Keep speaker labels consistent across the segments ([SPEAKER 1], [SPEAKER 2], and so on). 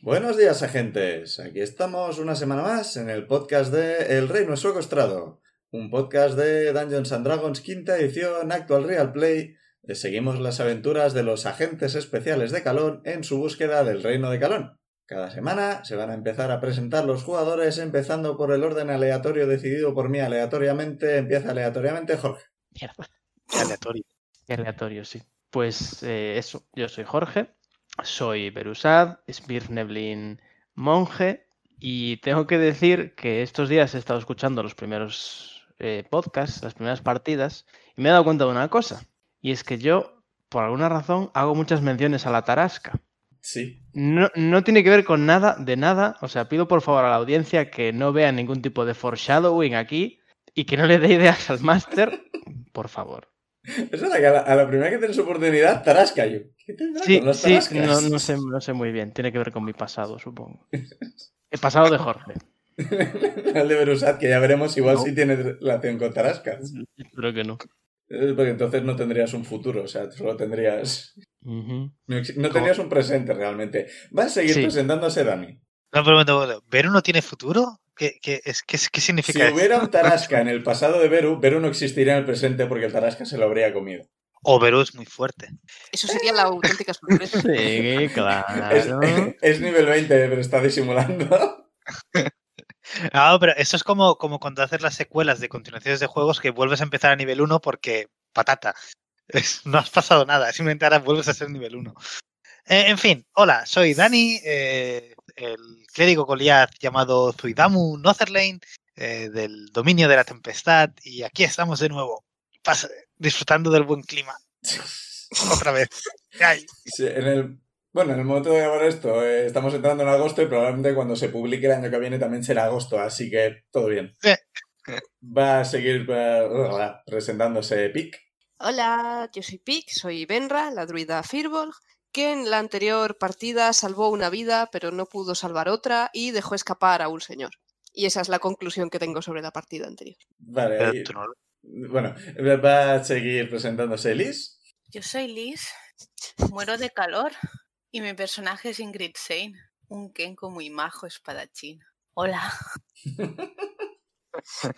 [SPEAKER 1] Buenos días, agentes. Aquí estamos una semana más en el podcast de El Reino es Secuestrado, un podcast de Dungeons and Dragons quinta edición Actual Real Play. Eh, Seguimos las aventuras de los agentes especiales de Calón en su búsqueda del Reino de Calón. Cada semana se van a empezar a presentar los jugadores empezando por el orden aleatorio decidido por mí aleatoriamente. Empieza aleatoriamente Jorge.
[SPEAKER 2] Mierda. Qué aleatorio. Qué aleatorio, sí. Pues eh, eso, yo soy Jorge, soy Berusad, Smirneblin monje, y tengo que decir que estos días he estado escuchando los primeros eh, podcasts, las primeras partidas, y me he dado cuenta de una cosa, y es que yo, por alguna razón, hago muchas menciones a la tarasca.
[SPEAKER 1] Sí.
[SPEAKER 2] No, no tiene que ver con nada, de nada, o sea, pido por
[SPEAKER 1] ¿Eh?
[SPEAKER 2] favor a la audiencia que no vea ningún tipo de foreshadowing aquí y que no le dé ideas al máster, por favor.
[SPEAKER 1] Es verdad que a la, a la primera que tienes oportunidad, tarasca yo. ¿Qué tendrá
[SPEAKER 2] Sí,
[SPEAKER 1] con las
[SPEAKER 2] sí,
[SPEAKER 1] tarascas?
[SPEAKER 2] no, no sé, no sé muy bien. Tiene que ver con mi pasado, supongo. El pasado de Jorge.
[SPEAKER 1] El de Berusat, que ya veremos igual
[SPEAKER 2] No.
[SPEAKER 1] si tiene relación con tarascas.
[SPEAKER 2] Creo que no.
[SPEAKER 1] Eh, Porque entonces no tendrías un futuro, o sea, solo tendrías...
[SPEAKER 2] Ujú.
[SPEAKER 1] No, ex- no tendrías un presente realmente. Va a seguir
[SPEAKER 2] Sí.
[SPEAKER 1] presentándose Dani.
[SPEAKER 3] No, pero un momento, un momento. ¿Beru no tiene futuro? ¿Qué, qué, es, qué, qué
[SPEAKER 1] Si
[SPEAKER 3] significa eso?
[SPEAKER 1] hubiera un Tarasca en el pasado de Beru, Beru no existiría en el presente porque el Tarasca se lo habría comido.
[SPEAKER 3] O Beru es muy fuerte.
[SPEAKER 4] Eso sería la auténtica sorpresa.
[SPEAKER 2] Sí,
[SPEAKER 1] Es,
[SPEAKER 2] claro.
[SPEAKER 1] es nivel 20, pero está disimulando.
[SPEAKER 3] Ah, pero eso es como, como cuando haces las secuelas de continuaciones de juegos que vuelves a empezar a nivel 1 porque patata. Es- no has pasado nada, simplemente ahora vuelves a ser nivel 1. Eh, en fin, hola, soy Dani, eh, el clérigo Goliath llamado Zuidamu Notherlane, eh, del dominio de la tempestad, y aquí estamos de nuevo, pas- disfrutando del buen clima. Otra vez. Ay.
[SPEAKER 1] Sí, en el, bueno, en el momento de grabar esto, eh, estamos entrando en agosto y probablemente cuando se publique el año que viene también será agosto, así que todo bien.
[SPEAKER 3] Sí.
[SPEAKER 1] Va a seguir eh, presentándose Pic.
[SPEAKER 4] Hola, yo soy Pic, soy Benra, la druida Firbolg, que en la anterior partida salvó una vida, pero no pudo salvar otra y dejó escapar a un señor. Y esa es la conclusión que tengo sobre la partida anterior.
[SPEAKER 1] Vale,
[SPEAKER 3] Pero
[SPEAKER 1] ahí-
[SPEAKER 3] tú no lo-
[SPEAKER 1] bueno, va a seguir presentándose Liz.
[SPEAKER 5] Yo soy Liz, muero de calor y mi personaje es Ingrid Shane, un Kenko muy majo espadachín. Hola.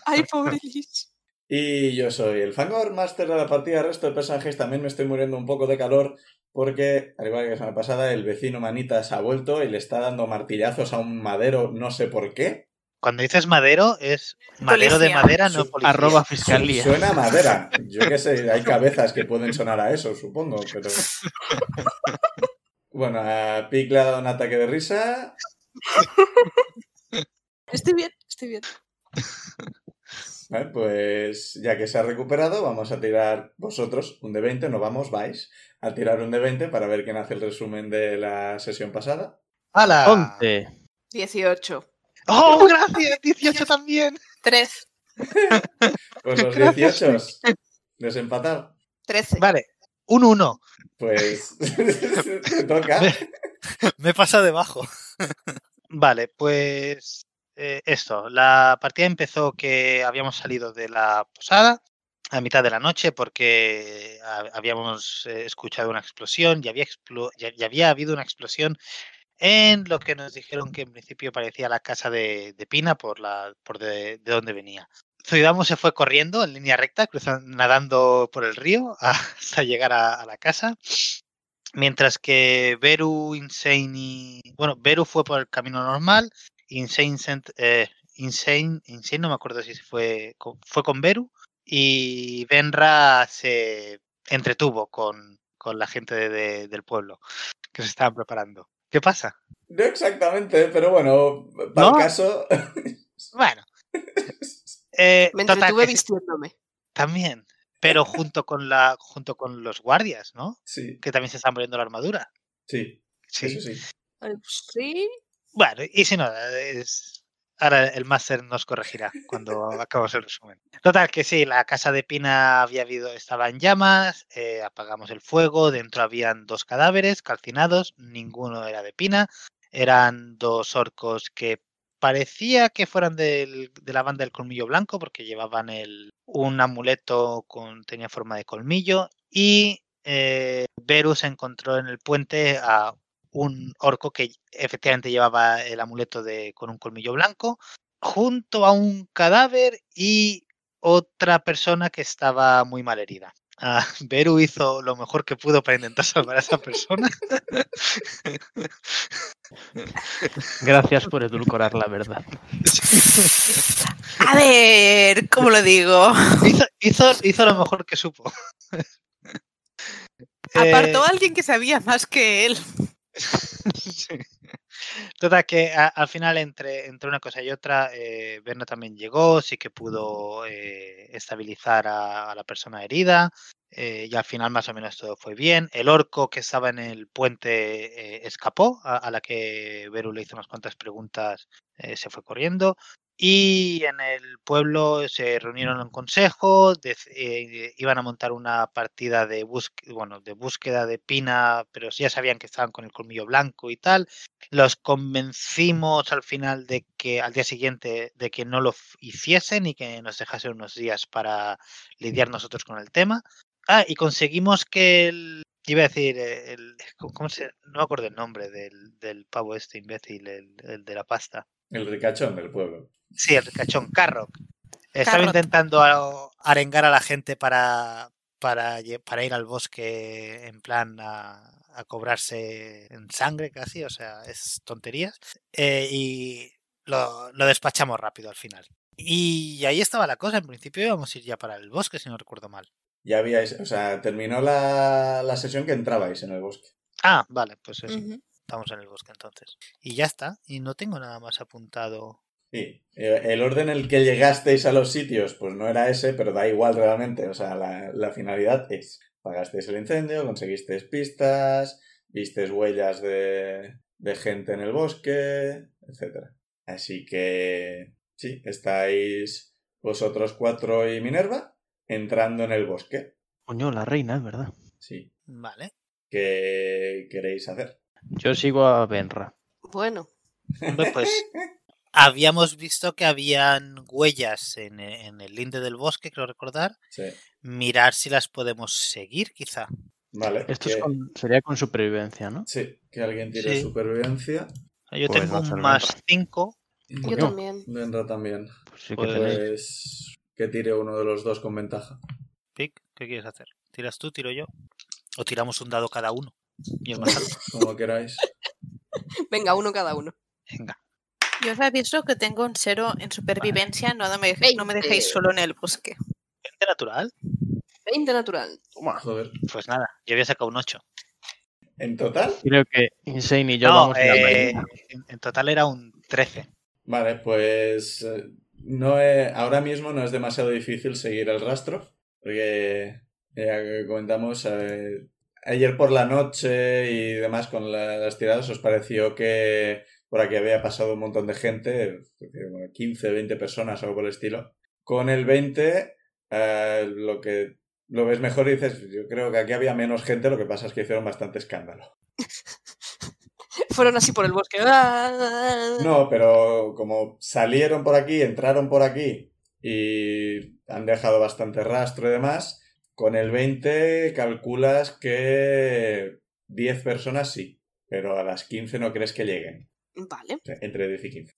[SPEAKER 4] ¡Ay, pobre Liz!
[SPEAKER 1] Y yo soy el Fangor, máster de la partida. El resto de personajes también me estoy muriendo un poco de calor porque, al igual que la semana pasada, el vecino Manitas ha vuelto y le está dando martillazos a un madero, no sé por qué.
[SPEAKER 3] Cuando dices madero, es madero de
[SPEAKER 5] Policía.
[SPEAKER 3] madera, no
[SPEAKER 1] Su-
[SPEAKER 3] policía.
[SPEAKER 2] Arroba
[SPEAKER 1] Su-
[SPEAKER 2] fiscalía.
[SPEAKER 1] Suena a madera. Yo qué sé, hay cabezas que pueden sonar a eso, supongo, pero... Bueno, a Pic le ha dado un ataque de risa.
[SPEAKER 4] Estoy bien, estoy bien.
[SPEAKER 1] Vale, pues ya que se ha recuperado, vamos a tirar vosotros un de 20, no vamos, vais, a tirar un de 20 para ver quién hace el resumen de la sesión pasada.
[SPEAKER 3] ¡Hala!
[SPEAKER 2] 11.
[SPEAKER 4] 18.
[SPEAKER 3] ¡Oh, gracias! 18 también.
[SPEAKER 5] Tres.
[SPEAKER 1] Pues los
[SPEAKER 3] Gracias.
[SPEAKER 1] 18. Desempatar.
[SPEAKER 4] 13.
[SPEAKER 3] Vale, un 1.
[SPEAKER 1] Pues te toca.
[SPEAKER 3] Me pasa debajo. Vale, pues eh, esto. La partida empezó que habíamos salido de la posada a mitad de la noche porque ha- habíamos eh, escuchado una explosión y había, explo- y- y había habido una explosión en lo que nos dijeron que en principio parecía la casa de, de Pina por, la, por de, de donde venía. Zuidamo se fue corriendo en línea recta, cruzando, nadando por el río hasta llegar a- a la casa. Mientras que Beru, Insane y. Bueno, Beru fue por el camino normal. Insane, sent- eh, Insane, Insane no me acuerdo si se fue, co- fue con Beru. Y Benra se entretuvo con, con la gente de- de- del pueblo que se estaban preparando. ¿Qué pasa?
[SPEAKER 1] No exactamente, pero bueno, para
[SPEAKER 3] No.
[SPEAKER 1] el caso.
[SPEAKER 3] Bueno. eh,
[SPEAKER 4] Me
[SPEAKER 3] total,
[SPEAKER 4] entretuve
[SPEAKER 3] que se-
[SPEAKER 4] vistiéndome.
[SPEAKER 3] También. pero junto con, la, junto con los guardias, ¿no?
[SPEAKER 1] Sí,
[SPEAKER 3] Que también se están poniendo la armadura.
[SPEAKER 1] sí, eso sí.
[SPEAKER 4] Eh, Sí,
[SPEAKER 3] Bueno, y si no, es- ahora el máster nos corregirá cuando acabemos el resumen. Total, que sí, la casa de Pina había habido, estaba en llamas, eh, apagamos el fuego, dentro habían dos cadáveres calcinados, ninguno era de Pina, eran dos orcos que parecía que fueran del- de la banda del colmillo blanco porque llevaban el, un amuleto con tenía forma de colmillo y eh, Verus encontró en el puente a un orco que efectivamente llevaba el amuleto de, con un colmillo blanco, junto a un cadáver y otra persona que estaba muy mal herida. Ah, Beru hizo lo mejor que pudo para intentar salvar a esa persona.
[SPEAKER 2] Gracias por edulcorar la verdad.
[SPEAKER 5] A ver, ¿cómo lo digo?
[SPEAKER 3] hizo, hizo- hizo lo mejor que supo. Eh,
[SPEAKER 5] Apartó a alguien que sabía más que él.
[SPEAKER 3] Sí. Total, que a- al final entre, entre una cosa y otra, eh, Berna también llegó, sí que pudo eh, estabilizar a, a la persona herida eh, y al final más o menos todo fue bien. El orco que estaba en el puente eh, escapó, a, a la que Beru le hizo unas cuantas preguntas, eh, se fue corriendo. Y en el pueblo se reunieron en consejo, dec- eh, iban a montar una partida de, busque- bueno, de búsqueda de Pina, pero ya sabían que estaban con el colmillo blanco y tal. Los convencimos al final de que al día siguiente de que no lo f- hiciesen y que nos dejasen unos días para lidiar nosotros con el tema. Ah, y conseguimos que el... Iba a decir, eh, el, ¿cómo cómo se...? No me acuerdo el nombre del, del pavo este imbécil, el- el de la pasta.
[SPEAKER 1] El ricachón del pueblo.
[SPEAKER 3] Sí, el cachón Carrock. Estaba
[SPEAKER 5] Carrock.
[SPEAKER 3] intentando a- arengar a la gente para, para, lle- para ir al bosque en plan a, a cobrarse en sangre casi, o sea, es tonterías. Eh, y lo, lo despachamos rápido al final. Y ahí estaba la cosa, en principio íbamos a ir ya para el bosque, si no recuerdo mal.
[SPEAKER 1] Ya habíais, o sea, terminó la, la sesión que entrabais en el bosque.
[SPEAKER 3] Ah, vale, pues eso,
[SPEAKER 4] Ujú.
[SPEAKER 3] estamos en el bosque entonces. Y ya está, y no tengo nada más apuntado.
[SPEAKER 1] Sí, eh, el orden en el que llegasteis a los sitios, pues no era ese, pero da igual realmente. O sea, la, la finalidad es, pagasteis el incendio, conseguisteis pistas, visteis huellas de, de gente en el bosque, etc. Así que, sí, estáis vosotros cuatro y Minerva entrando en el bosque.
[SPEAKER 2] Coño, la reina, es verdad.
[SPEAKER 1] Sí,
[SPEAKER 3] Vale.
[SPEAKER 1] ¿qué queréis hacer?
[SPEAKER 2] Yo sigo a Benra.
[SPEAKER 4] bueno.
[SPEAKER 3] Hombre, pues habíamos visto que habían huellas en, e- en el linde del bosque, creo recordar.
[SPEAKER 1] Sí,
[SPEAKER 3] Mirar si las podemos seguir, quizá.
[SPEAKER 1] vale.
[SPEAKER 2] Esto es
[SPEAKER 1] que-
[SPEAKER 2] con- sería con supervivencia, ¿no?
[SPEAKER 1] Sí, que alguien tire
[SPEAKER 3] Sí.
[SPEAKER 1] supervivencia.
[SPEAKER 3] Yo
[SPEAKER 6] Pues
[SPEAKER 3] tengo
[SPEAKER 6] lanza
[SPEAKER 3] un
[SPEAKER 6] el
[SPEAKER 3] más
[SPEAKER 6] mantra.
[SPEAKER 3] 5.
[SPEAKER 4] Yo
[SPEAKER 2] Coño.
[SPEAKER 4] también.
[SPEAKER 1] Vendrá también.
[SPEAKER 2] Pues sí que
[SPEAKER 3] Pues-
[SPEAKER 2] tenéis.
[SPEAKER 1] Pues que tire uno de los dos con ventaja.
[SPEAKER 3] Pic, ¿qué quieres hacer? ¿Tiras tú, tiro yo? O tiramos un dado cada uno. Y el
[SPEAKER 1] Como,
[SPEAKER 3] más alto.
[SPEAKER 1] como queráis.
[SPEAKER 4] Venga, uno cada uno.
[SPEAKER 3] Venga.
[SPEAKER 5] Yo os aviso que tengo un cero en supervivencia, no me, no me
[SPEAKER 4] Veinte.
[SPEAKER 5] dejéis solo en el bosque.
[SPEAKER 3] ¿Gente natural?
[SPEAKER 4] 20 natural.
[SPEAKER 2] Toma.
[SPEAKER 1] Joder.
[SPEAKER 3] Pues nada, yo había sacado un 8.
[SPEAKER 1] ¿En total?
[SPEAKER 2] Creo que Insane y yo
[SPEAKER 3] No,
[SPEAKER 2] vamos a la
[SPEAKER 3] eh,
[SPEAKER 2] reina.
[SPEAKER 3] en, en total era un 13.
[SPEAKER 1] Vale, pues eh, no he- ahora mismo no es demasiado difícil seguir el rastro. Porque eh, ya que comentamos, eh, ayer por la noche y demás con la- las tiradas os pareció que por aquí había pasado un montón de gente, como 15, 20 personas, algo por el estilo. Con el 20, eh, lo que lo ves mejor y dices, yo creo que aquí había menos gente, lo que pasa es que hicieron bastante escándalo.
[SPEAKER 4] Fueron así por el bosque. No.
[SPEAKER 1] No, pero como salieron por aquí, entraron por aquí y han dejado bastante rastro y demás, con el 20 calculas que 10 personas sí, pero a las 15 no crees que lleguen,
[SPEAKER 4] Vale,
[SPEAKER 1] O sea, entre 10 y 15.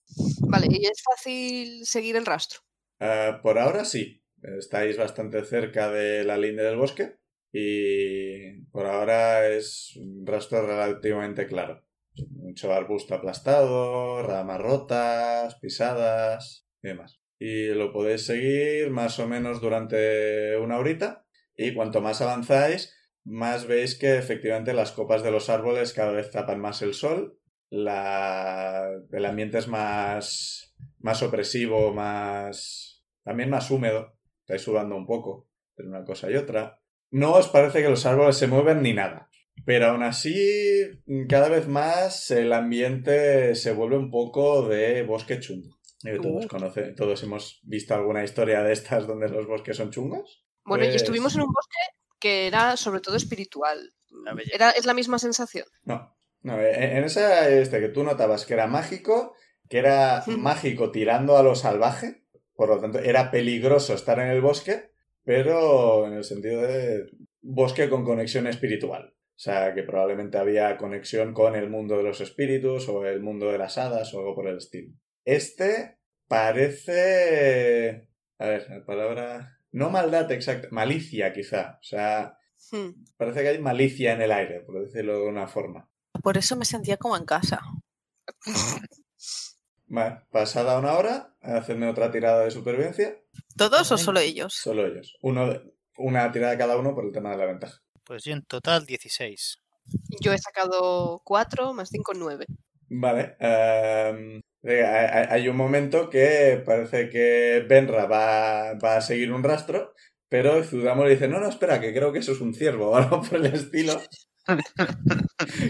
[SPEAKER 4] vale. Y es fácil seguir el rastro.
[SPEAKER 1] Ah, por ahora sí, estáis bastante cerca de la línea del bosque y por ahora es un rastro relativamente claro. Mucho arbusto aplastado, ramas rotas, pisadas y demás. Y lo podéis seguir más o menos durante una horita y cuanto más avanzáis, más veis que efectivamente las copas de los árboles cada vez tapan más el sol, la... el ambiente es más más opresivo, más. también más húmedo. Estáis sudando un poco. Pero entre una cosa y otra. No os parece que los árboles se mueven ni nada. Pero aún así, cada vez más el ambiente se vuelve un poco de bosque chungo. Eh, Todos, conoce- todos hemos visto alguna historia de estas donde los bosques son chungos.
[SPEAKER 4] Bueno, y
[SPEAKER 1] Pues-
[SPEAKER 4] estuvimos en un bosque que era sobre todo espiritual.
[SPEAKER 3] La belleza.
[SPEAKER 4] Era, es la misma sensación.
[SPEAKER 1] No, no, eh, en esa este, que tú notabas que era mágico, que era
[SPEAKER 4] Ujú.
[SPEAKER 1] mágico tirando a lo salvaje, por lo tanto era peligroso estar en el bosque, pero en el sentido de bosque con conexión espiritual. O sea, que probablemente había conexión con el mundo de los espíritus o el mundo de las hadas o algo por el estilo. Este parece... A ver, la palabra... No maldad exacta, malicia quizá. O sea,
[SPEAKER 4] Hmm.
[SPEAKER 1] parece que hay malicia en el aire, por decirlo de una forma.
[SPEAKER 5] Por eso me sentía como en casa.
[SPEAKER 1] Vale, pasada una hora, hacedme otra tirada de supervivencia.
[SPEAKER 5] ¿Todos o solo ellos?
[SPEAKER 1] Solo ellos. Uno de- una tirada cada uno por el tema de la ventaja.
[SPEAKER 3] Pues yo en total 16.
[SPEAKER 4] Yo he sacado 4 más 5, 9.
[SPEAKER 1] Vale. ehm, venga, hay- hay- hay un momento que parece que Benra va, va a seguir un rastro, pero Zudamo le dice, no, no, espera, que creo que eso es un ciervo o algo por el estilo.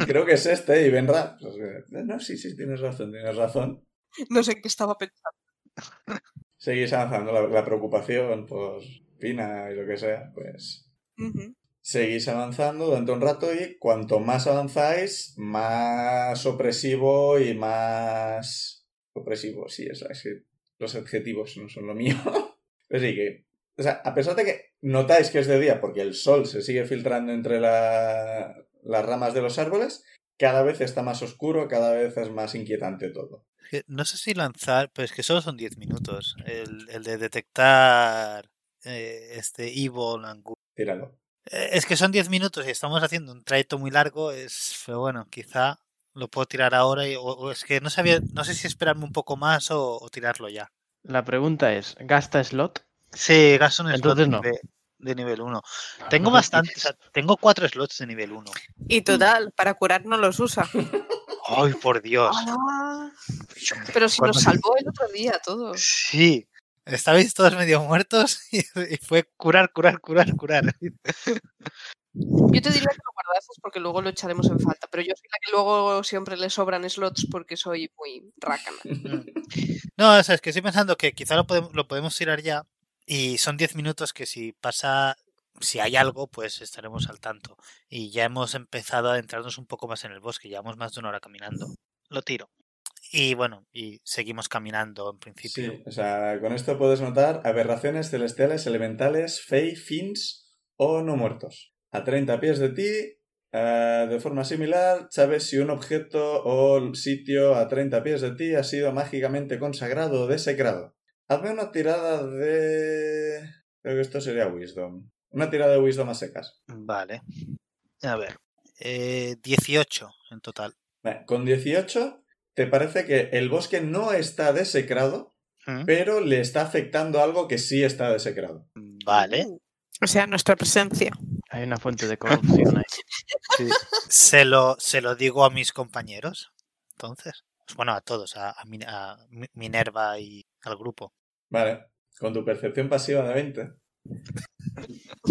[SPEAKER 1] creo que es este y Benra... pues, eh, no, sí, sí, tienes razón, tienes razón.
[SPEAKER 4] No sé en qué estaba pensando.
[SPEAKER 1] Seguís avanzando, la, la preocupación por Pina y lo que sea, pues
[SPEAKER 4] Ujú.
[SPEAKER 1] Seguís avanzando durante un rato y cuanto más avanzáis, más opresivo y más... Opresivo, sí, es, es que los adjetivos no son lo mío. Pero sí que... O sea, a pesar de que notáis que es de día porque el sol se sigue filtrando entre la- las ramas de los árboles, cada vez está más oscuro, cada vez es más inquietante todo.
[SPEAKER 3] Que No sé si lanzar, pero es que solo son 10 minutos. El, el de detectar eh, este evil and good.
[SPEAKER 1] Tíralo.
[SPEAKER 3] Eh, Es que son 10 minutos y estamos haciendo un trayecto muy largo, es, pero bueno, quizá lo puedo tirar ahora y- o, o es que no sabía, no sé si esperarme un poco más o, o tirarlo ya.
[SPEAKER 2] La pregunta es, ¿gasta slot?
[SPEAKER 3] Sí, gasto un slot
[SPEAKER 2] Entonces no. Ah,
[SPEAKER 3] de, de nivel 1. Tengo bastantes, tengo cuatro slots de nivel 1.
[SPEAKER 5] Y total, para curar no los usa.
[SPEAKER 3] Ay, por Dios.
[SPEAKER 4] Ah, ¡Hala! Pero si nos salvó el otro día a todos.
[SPEAKER 3] Sí. Estabais todos medio muertos y, y fue curar, curar, curar, curar.
[SPEAKER 4] Yo te diría que lo guardases porque luego lo echaremos en falta. Pero yo soy la que luego siempre le sobran slots porque soy muy rácana.
[SPEAKER 3] No, o sea, es que estoy pensando que quizá lo podemos, lo podemos tirar ya y son 10 minutos que si pasa, si hay algo, pues estaremos al tanto. Y ya hemos empezado a adentrarnos un poco más en el bosque, llevamos más de una hora caminando. Lo tiro. Y bueno, y seguimos caminando en principio.
[SPEAKER 1] Sí, o sea, con esto puedes notar aberraciones celestiales, elementales, fey, fins o no muertos. A 30 pies de ti, eh, de forma similar, sabes si un objeto o sitio a 30 pies de ti ha sido mágicamente consagrado o desecrado. Hazme una tirada de... Creo que esto sería Wisdom. Una tirada de Wisdom a secas.
[SPEAKER 3] Vale. A ver. eh, 18 en total.
[SPEAKER 1] Vale, Con 18, te parece que el bosque no está desecrado,
[SPEAKER 3] ¿Mm?
[SPEAKER 1] pero le está afectando algo que sí está desecrado.
[SPEAKER 3] Vale.
[SPEAKER 5] O sea, nuestra presencia.
[SPEAKER 2] Hay una fuente de corrupción ahí.
[SPEAKER 3] Se lo, se lo digo a mis compañeros. Entonces. Pues bueno, a todos, a, a Min- a Mi- Minerva y al grupo.
[SPEAKER 1] Vale, con tu percepción pasiva de 20.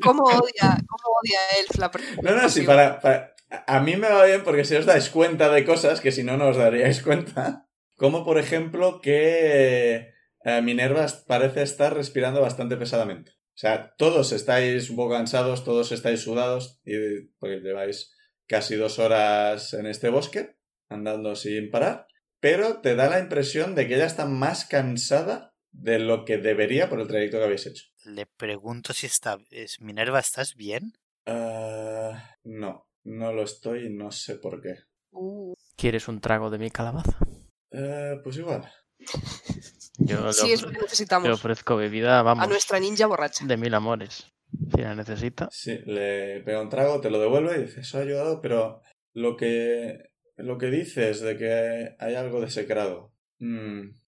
[SPEAKER 4] ¿Cómo odia, cómo odia a Elf la
[SPEAKER 1] No, no, sí, para, para- A a mí me va bien porque si os dais cuenta de cosas que si no, no os daríais cuenta. Como por ejemplo que eh, Minerva es- parece estar respirando bastante pesadamente. O sea, todos estáis un poco cansados, todos estáis sudados, y, porque lleváis casi dos horas en este bosque, andando sin parar, pero te da la impresión de que ella está más cansada de lo que debería por el trayecto que habéis hecho.
[SPEAKER 3] Le pregunto si está. es- Minerva, ¿estás bien?
[SPEAKER 1] Ah, no, no lo estoy, no sé por qué.
[SPEAKER 4] Uh,
[SPEAKER 2] ¿Quieres un trago de mi calabaza?
[SPEAKER 1] Eh, pues igual.
[SPEAKER 2] Yo le,
[SPEAKER 4] Sí, es lo
[SPEAKER 2] ofre-
[SPEAKER 4] que
[SPEAKER 2] le
[SPEAKER 4] necesitamos.
[SPEAKER 2] ofrezco bebida,
[SPEAKER 4] A
[SPEAKER 2] vamos,
[SPEAKER 4] nuestra ninja borracha.
[SPEAKER 2] de mil amores. Si la necesita.
[SPEAKER 1] Sí, le pega un trago, te lo devuelve y dice, eso ha ayudado, pero lo que, lo que dices de que hay algo desecrado. Mm.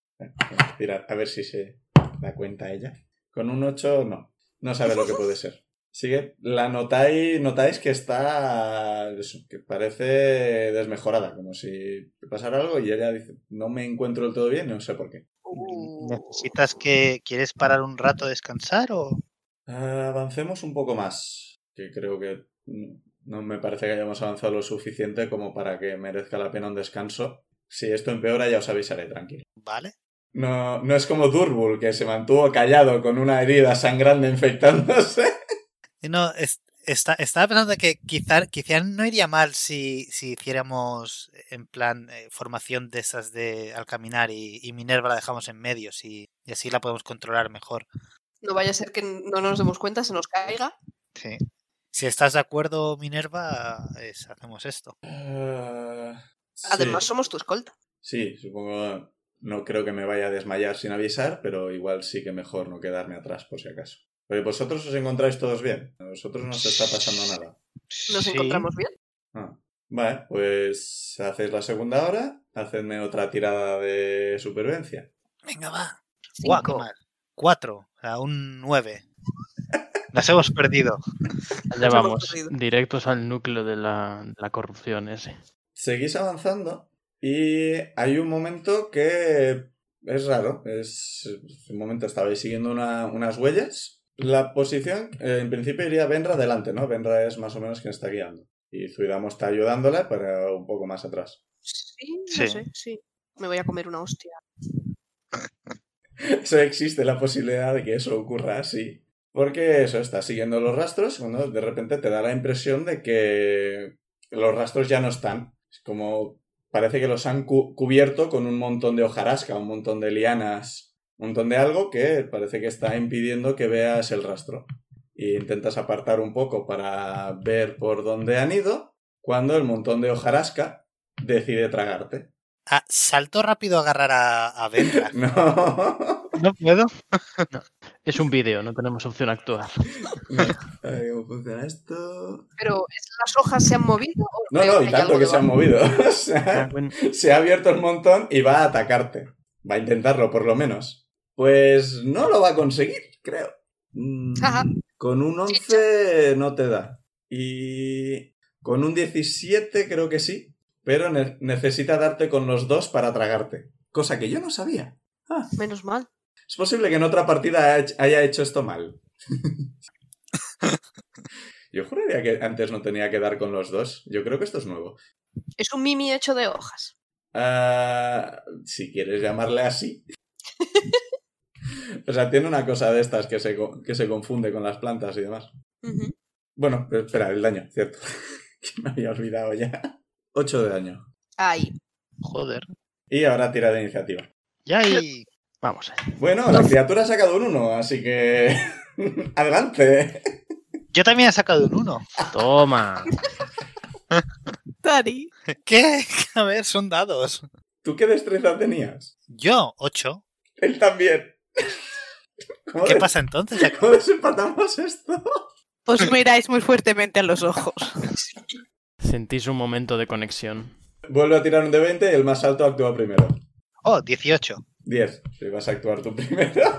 [SPEAKER 1] Tirar, a ver si se da cuenta ella. Con un 8 no, no sabe lo que puede ser. Sigue, la notáis, notáis que está, eso, que parece desmejorada, como si pasara algo y ella dice, no me encuentro del todo bien, no sé por qué.
[SPEAKER 4] Uh.
[SPEAKER 3] ¿Necesitas que. ¿Quieres parar un rato a descansar o.?
[SPEAKER 1] Ah, avancemos un poco más, que creo que mm, no me parece que hayamos avanzado lo suficiente como para que merezca la pena un descanso. Si esto empeora ya os avisaré, tranquilo.
[SPEAKER 3] ¿Vale?
[SPEAKER 1] No, no es como Durbul, que se mantuvo callado con una herida sangrando infectándose.
[SPEAKER 3] Y No, es- está- estaba pensando que quizá, quizá no iría mal si, si hiciéramos en plan eh, formación de esas de al caminar y, y Minerva la dejamos en medio si- y así la podemos controlar mejor.
[SPEAKER 4] No vaya a ser que no nos demos cuenta, se nos caiga.
[SPEAKER 3] Sí. Si estás de acuerdo, Minerva, es- hacemos esto.
[SPEAKER 1] Ah, sí.
[SPEAKER 4] Además, somos tu escolta.
[SPEAKER 1] Sí, supongo. No creo que me vaya a desmayar sin avisar, pero igual sí que mejor no quedarme atrás por si acaso. Pero vosotros os encontráis todos bien. A vosotros no os está pasando nada.
[SPEAKER 4] Nos
[SPEAKER 3] Sí.
[SPEAKER 4] encontramos bien.
[SPEAKER 1] Ah. Vale, pues hacéis la segunda hora, hacedme otra tirada de supervivencia.
[SPEAKER 3] Venga, va. Guau, qué
[SPEAKER 5] Cinco.
[SPEAKER 3] mal. Cuatro, o sea, un nueve. Las hemos perdido.
[SPEAKER 2] Ya
[SPEAKER 4] hemos
[SPEAKER 2] vamos,
[SPEAKER 4] perdido.
[SPEAKER 2] directos al núcleo de la, de la corrupción ese.
[SPEAKER 1] Seguís avanzando y hay un momento que es raro. Es es un momento estabais siguiendo una- unas huellas. La posición, eh, en principio iría Benra adelante, ¿no? Benra es más o menos quien está guiando. Y Zuidamo está ayudándola para un poco más atrás.
[SPEAKER 4] Sí, no
[SPEAKER 3] Sí.
[SPEAKER 4] sé, sí. Me voy a comer una hostia.
[SPEAKER 1] Eso existe la posibilidad de que eso ocurra así. Porque eso, estás siguiendo los rastros cuando de repente te da la impresión de que los rastros ya no están. Es como parece que los han cu- cubierto con un montón de hojarasca, un montón de lianas, un montón de algo que parece que está impidiendo que veas el rastro. E intentas apartar un poco para ver por dónde han ido cuando el montón de hojarasca decide tragarte.
[SPEAKER 3] Ah, salto rápido a agarrar a, a Benra.
[SPEAKER 1] No.
[SPEAKER 3] No puedo.
[SPEAKER 2] Es un vídeo, no tenemos opción a actuar.
[SPEAKER 1] A ver cómo funciona esto.
[SPEAKER 4] Pero, ¿es- ¿las hojas se han movido? o
[SPEAKER 1] No,
[SPEAKER 4] creo
[SPEAKER 1] no,
[SPEAKER 4] que
[SPEAKER 1] y
[SPEAKER 4] hay
[SPEAKER 1] tanto
[SPEAKER 4] algo
[SPEAKER 1] que se han
[SPEAKER 4] debajo?
[SPEAKER 1] movido. O sea,
[SPEAKER 2] Bueno,
[SPEAKER 1] se ha abierto el montón y va a atacarte. Va a intentarlo, por lo menos. Pues no lo va a conseguir, creo. Mm,
[SPEAKER 4] Ajá.
[SPEAKER 1] Con un 11 no te da. Y con un 17 creo que sí. Pero ne- necesita darte con los dos para tragarte. Cosa que yo no sabía.
[SPEAKER 4] Menos mal.
[SPEAKER 1] Es posible que en otra partida haya- haya hecho esto mal. Yo juraría que antes no tenía que dar con los dos. Yo creo que esto es nuevo.
[SPEAKER 4] Es un mimi hecho de hojas.
[SPEAKER 1] Ah, si quieres llamarle así. o sea, tiene una cosa de estas que se, co- que se confunde con las plantas y demás.
[SPEAKER 4] Ujú.
[SPEAKER 1] Bueno, pero espera, el daño, cierto. que me había olvidado ya. 8 de daño.
[SPEAKER 4] Ahí.
[SPEAKER 3] Joder.
[SPEAKER 1] Y ahora tira de iniciativa.
[SPEAKER 3] Ya y
[SPEAKER 2] vamos allá.
[SPEAKER 1] Bueno, la criatura ha sacado un 1, así que. Adelante.
[SPEAKER 3] Yo también he sacado un uno.
[SPEAKER 2] Toma.
[SPEAKER 4] Tari.
[SPEAKER 3] ¿Qué? A ver, son dados.
[SPEAKER 1] ¿Tú qué destreza tenías?
[SPEAKER 3] Yo, ocho.
[SPEAKER 1] Él también. ¿Cómo,
[SPEAKER 3] ¿Qué
[SPEAKER 1] des-
[SPEAKER 3] pasa entonces? Ya-
[SPEAKER 1] ¿Cómo desempatamos esto?
[SPEAKER 5] Os miráis muy fuertemente a los ojos.
[SPEAKER 2] Sentís un momento de conexión.
[SPEAKER 1] Vuelve a tirar un de 20 y el más alto actúa primero.
[SPEAKER 3] Oh, 18.
[SPEAKER 1] 10. Si vas a actuar tú primero.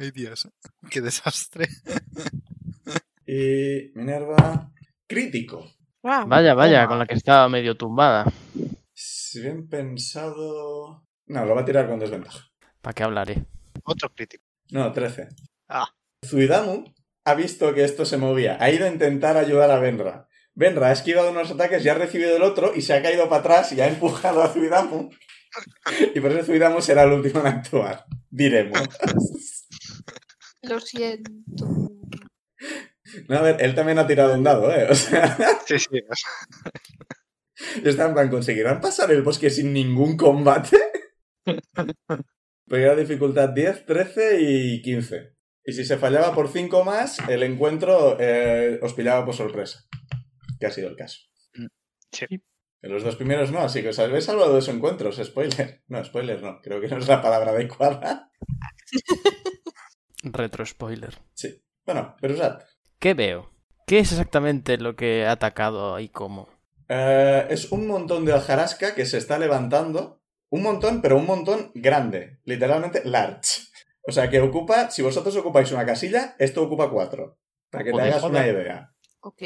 [SPEAKER 3] Ay, Dios. Qué desastre.
[SPEAKER 1] Y Minerva, crítico.
[SPEAKER 5] Guau.
[SPEAKER 2] Vaya, vaya,
[SPEAKER 5] Toma.
[SPEAKER 2] con la que estaba medio tumbada.
[SPEAKER 1] Si bien pensado... No, lo va a tirar con desventaja.
[SPEAKER 2] ¿Para qué hablaré?
[SPEAKER 3] Otro crítico.
[SPEAKER 1] No, 13.
[SPEAKER 3] Ah.
[SPEAKER 1] Zuidamu ha visto que esto se movía. Ha ido a intentar ayudar a Benra. Benra ha esquivado unos ataques y ha recibido el otro y se ha caído para atrás y ha empujado a Zuidamu. Y por eso Zuidamu será el último en actuar. Diremos.
[SPEAKER 4] Lo siento.
[SPEAKER 1] No, a ver, él también ha tirado un dado, ¿eh? O sea,
[SPEAKER 3] Sí, sí.
[SPEAKER 1] está en plan, ¿conseguirán pasar el bosque sin ningún combate? Primera dificultad 10, 13 y 15. Y si se fallaba por 5 más, el encuentro eh, os pillaba por sorpresa. Que ha sido el caso.
[SPEAKER 3] Sí.
[SPEAKER 1] En los dos primeros no, así que os habéis salvado de esos encuentros. Spoiler. No, spoiler no. Creo que no es la palabra adecuada.
[SPEAKER 2] Retro spoiler.
[SPEAKER 1] Bueno, pero usad.
[SPEAKER 2] ¿Qué veo? ¿Qué es exactamente lo que ha atacado y cómo?
[SPEAKER 1] Eh, es un montón de hojarasca que se está levantando. Un montón, pero un montón grande. Literalmente large. O sea que ocupa, si vosotros ocupáis una casilla, esto ocupa cuatro. Para que te
[SPEAKER 2] Joder,
[SPEAKER 1] hagas una
[SPEAKER 2] joder.
[SPEAKER 1] idea.
[SPEAKER 4] Ok.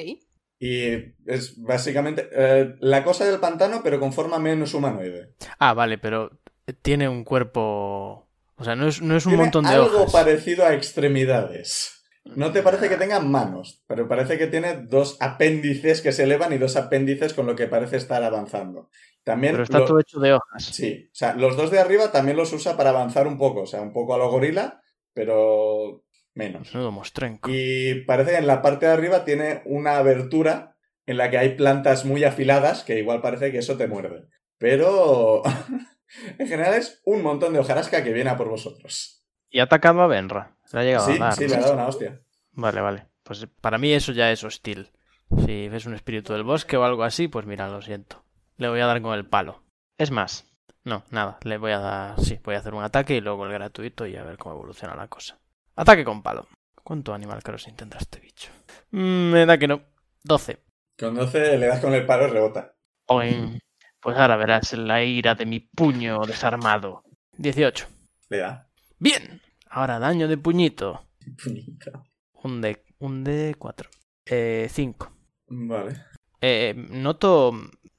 [SPEAKER 1] Y es básicamente eh, la cosa del pantano, pero con forma menos humanoide.
[SPEAKER 2] Ah, vale, pero tiene un cuerpo O sea, no es, no es un
[SPEAKER 1] Tiene
[SPEAKER 2] montón de
[SPEAKER 1] algo
[SPEAKER 2] hojas. Ah.
[SPEAKER 1] parecido a extremidades. No te parece que tenga manos, pero parece que tiene dos apéndices que se elevan y dos apéndices con lo que parece estar avanzando. También
[SPEAKER 2] Pero está
[SPEAKER 1] lo-
[SPEAKER 2] todo hecho de hojas.
[SPEAKER 1] Sí, o sea, los dos de arriba también los usa para avanzar un poco, o sea, un poco a lo gorila, pero menos.
[SPEAKER 2] Menudo mostrenco.
[SPEAKER 1] Y parece que en la parte de arriba tiene una abertura en la que hay plantas muy afiladas, que igual parece que eso te muerde. Pero en general es un montón de hojarasca que viene a por vosotros.
[SPEAKER 2] Y ha atacado a Benra. Se la ha llegado
[SPEAKER 1] Sí,
[SPEAKER 2] a dar.
[SPEAKER 1] sí,
[SPEAKER 2] ¿no?
[SPEAKER 1] le ha dado una hostia.
[SPEAKER 2] Vale, vale. Pues para mí eso ya es hostil. Si ves un espíritu del bosque o algo así, pues mira, lo siento. Le voy a dar con el palo. Es más, no, nada, le voy a dar... Sí, voy a hacer un ataque y luego el gratuito y a ver cómo evoluciona la cosa. Ataque con palo. ¿Cuánto Animal Crossing tendrá este bicho? Mm, me da que no. 12.
[SPEAKER 1] Con 12 le das con el palo y rebota.
[SPEAKER 2] Oing. Pues ahora verás la ira de mi puño desarmado. 18.
[SPEAKER 1] Le da.
[SPEAKER 2] Bien. Ahora daño de puñito. Un de... Un de 4. Eh, 5.
[SPEAKER 1] Vale.
[SPEAKER 2] Eh, ¿Noto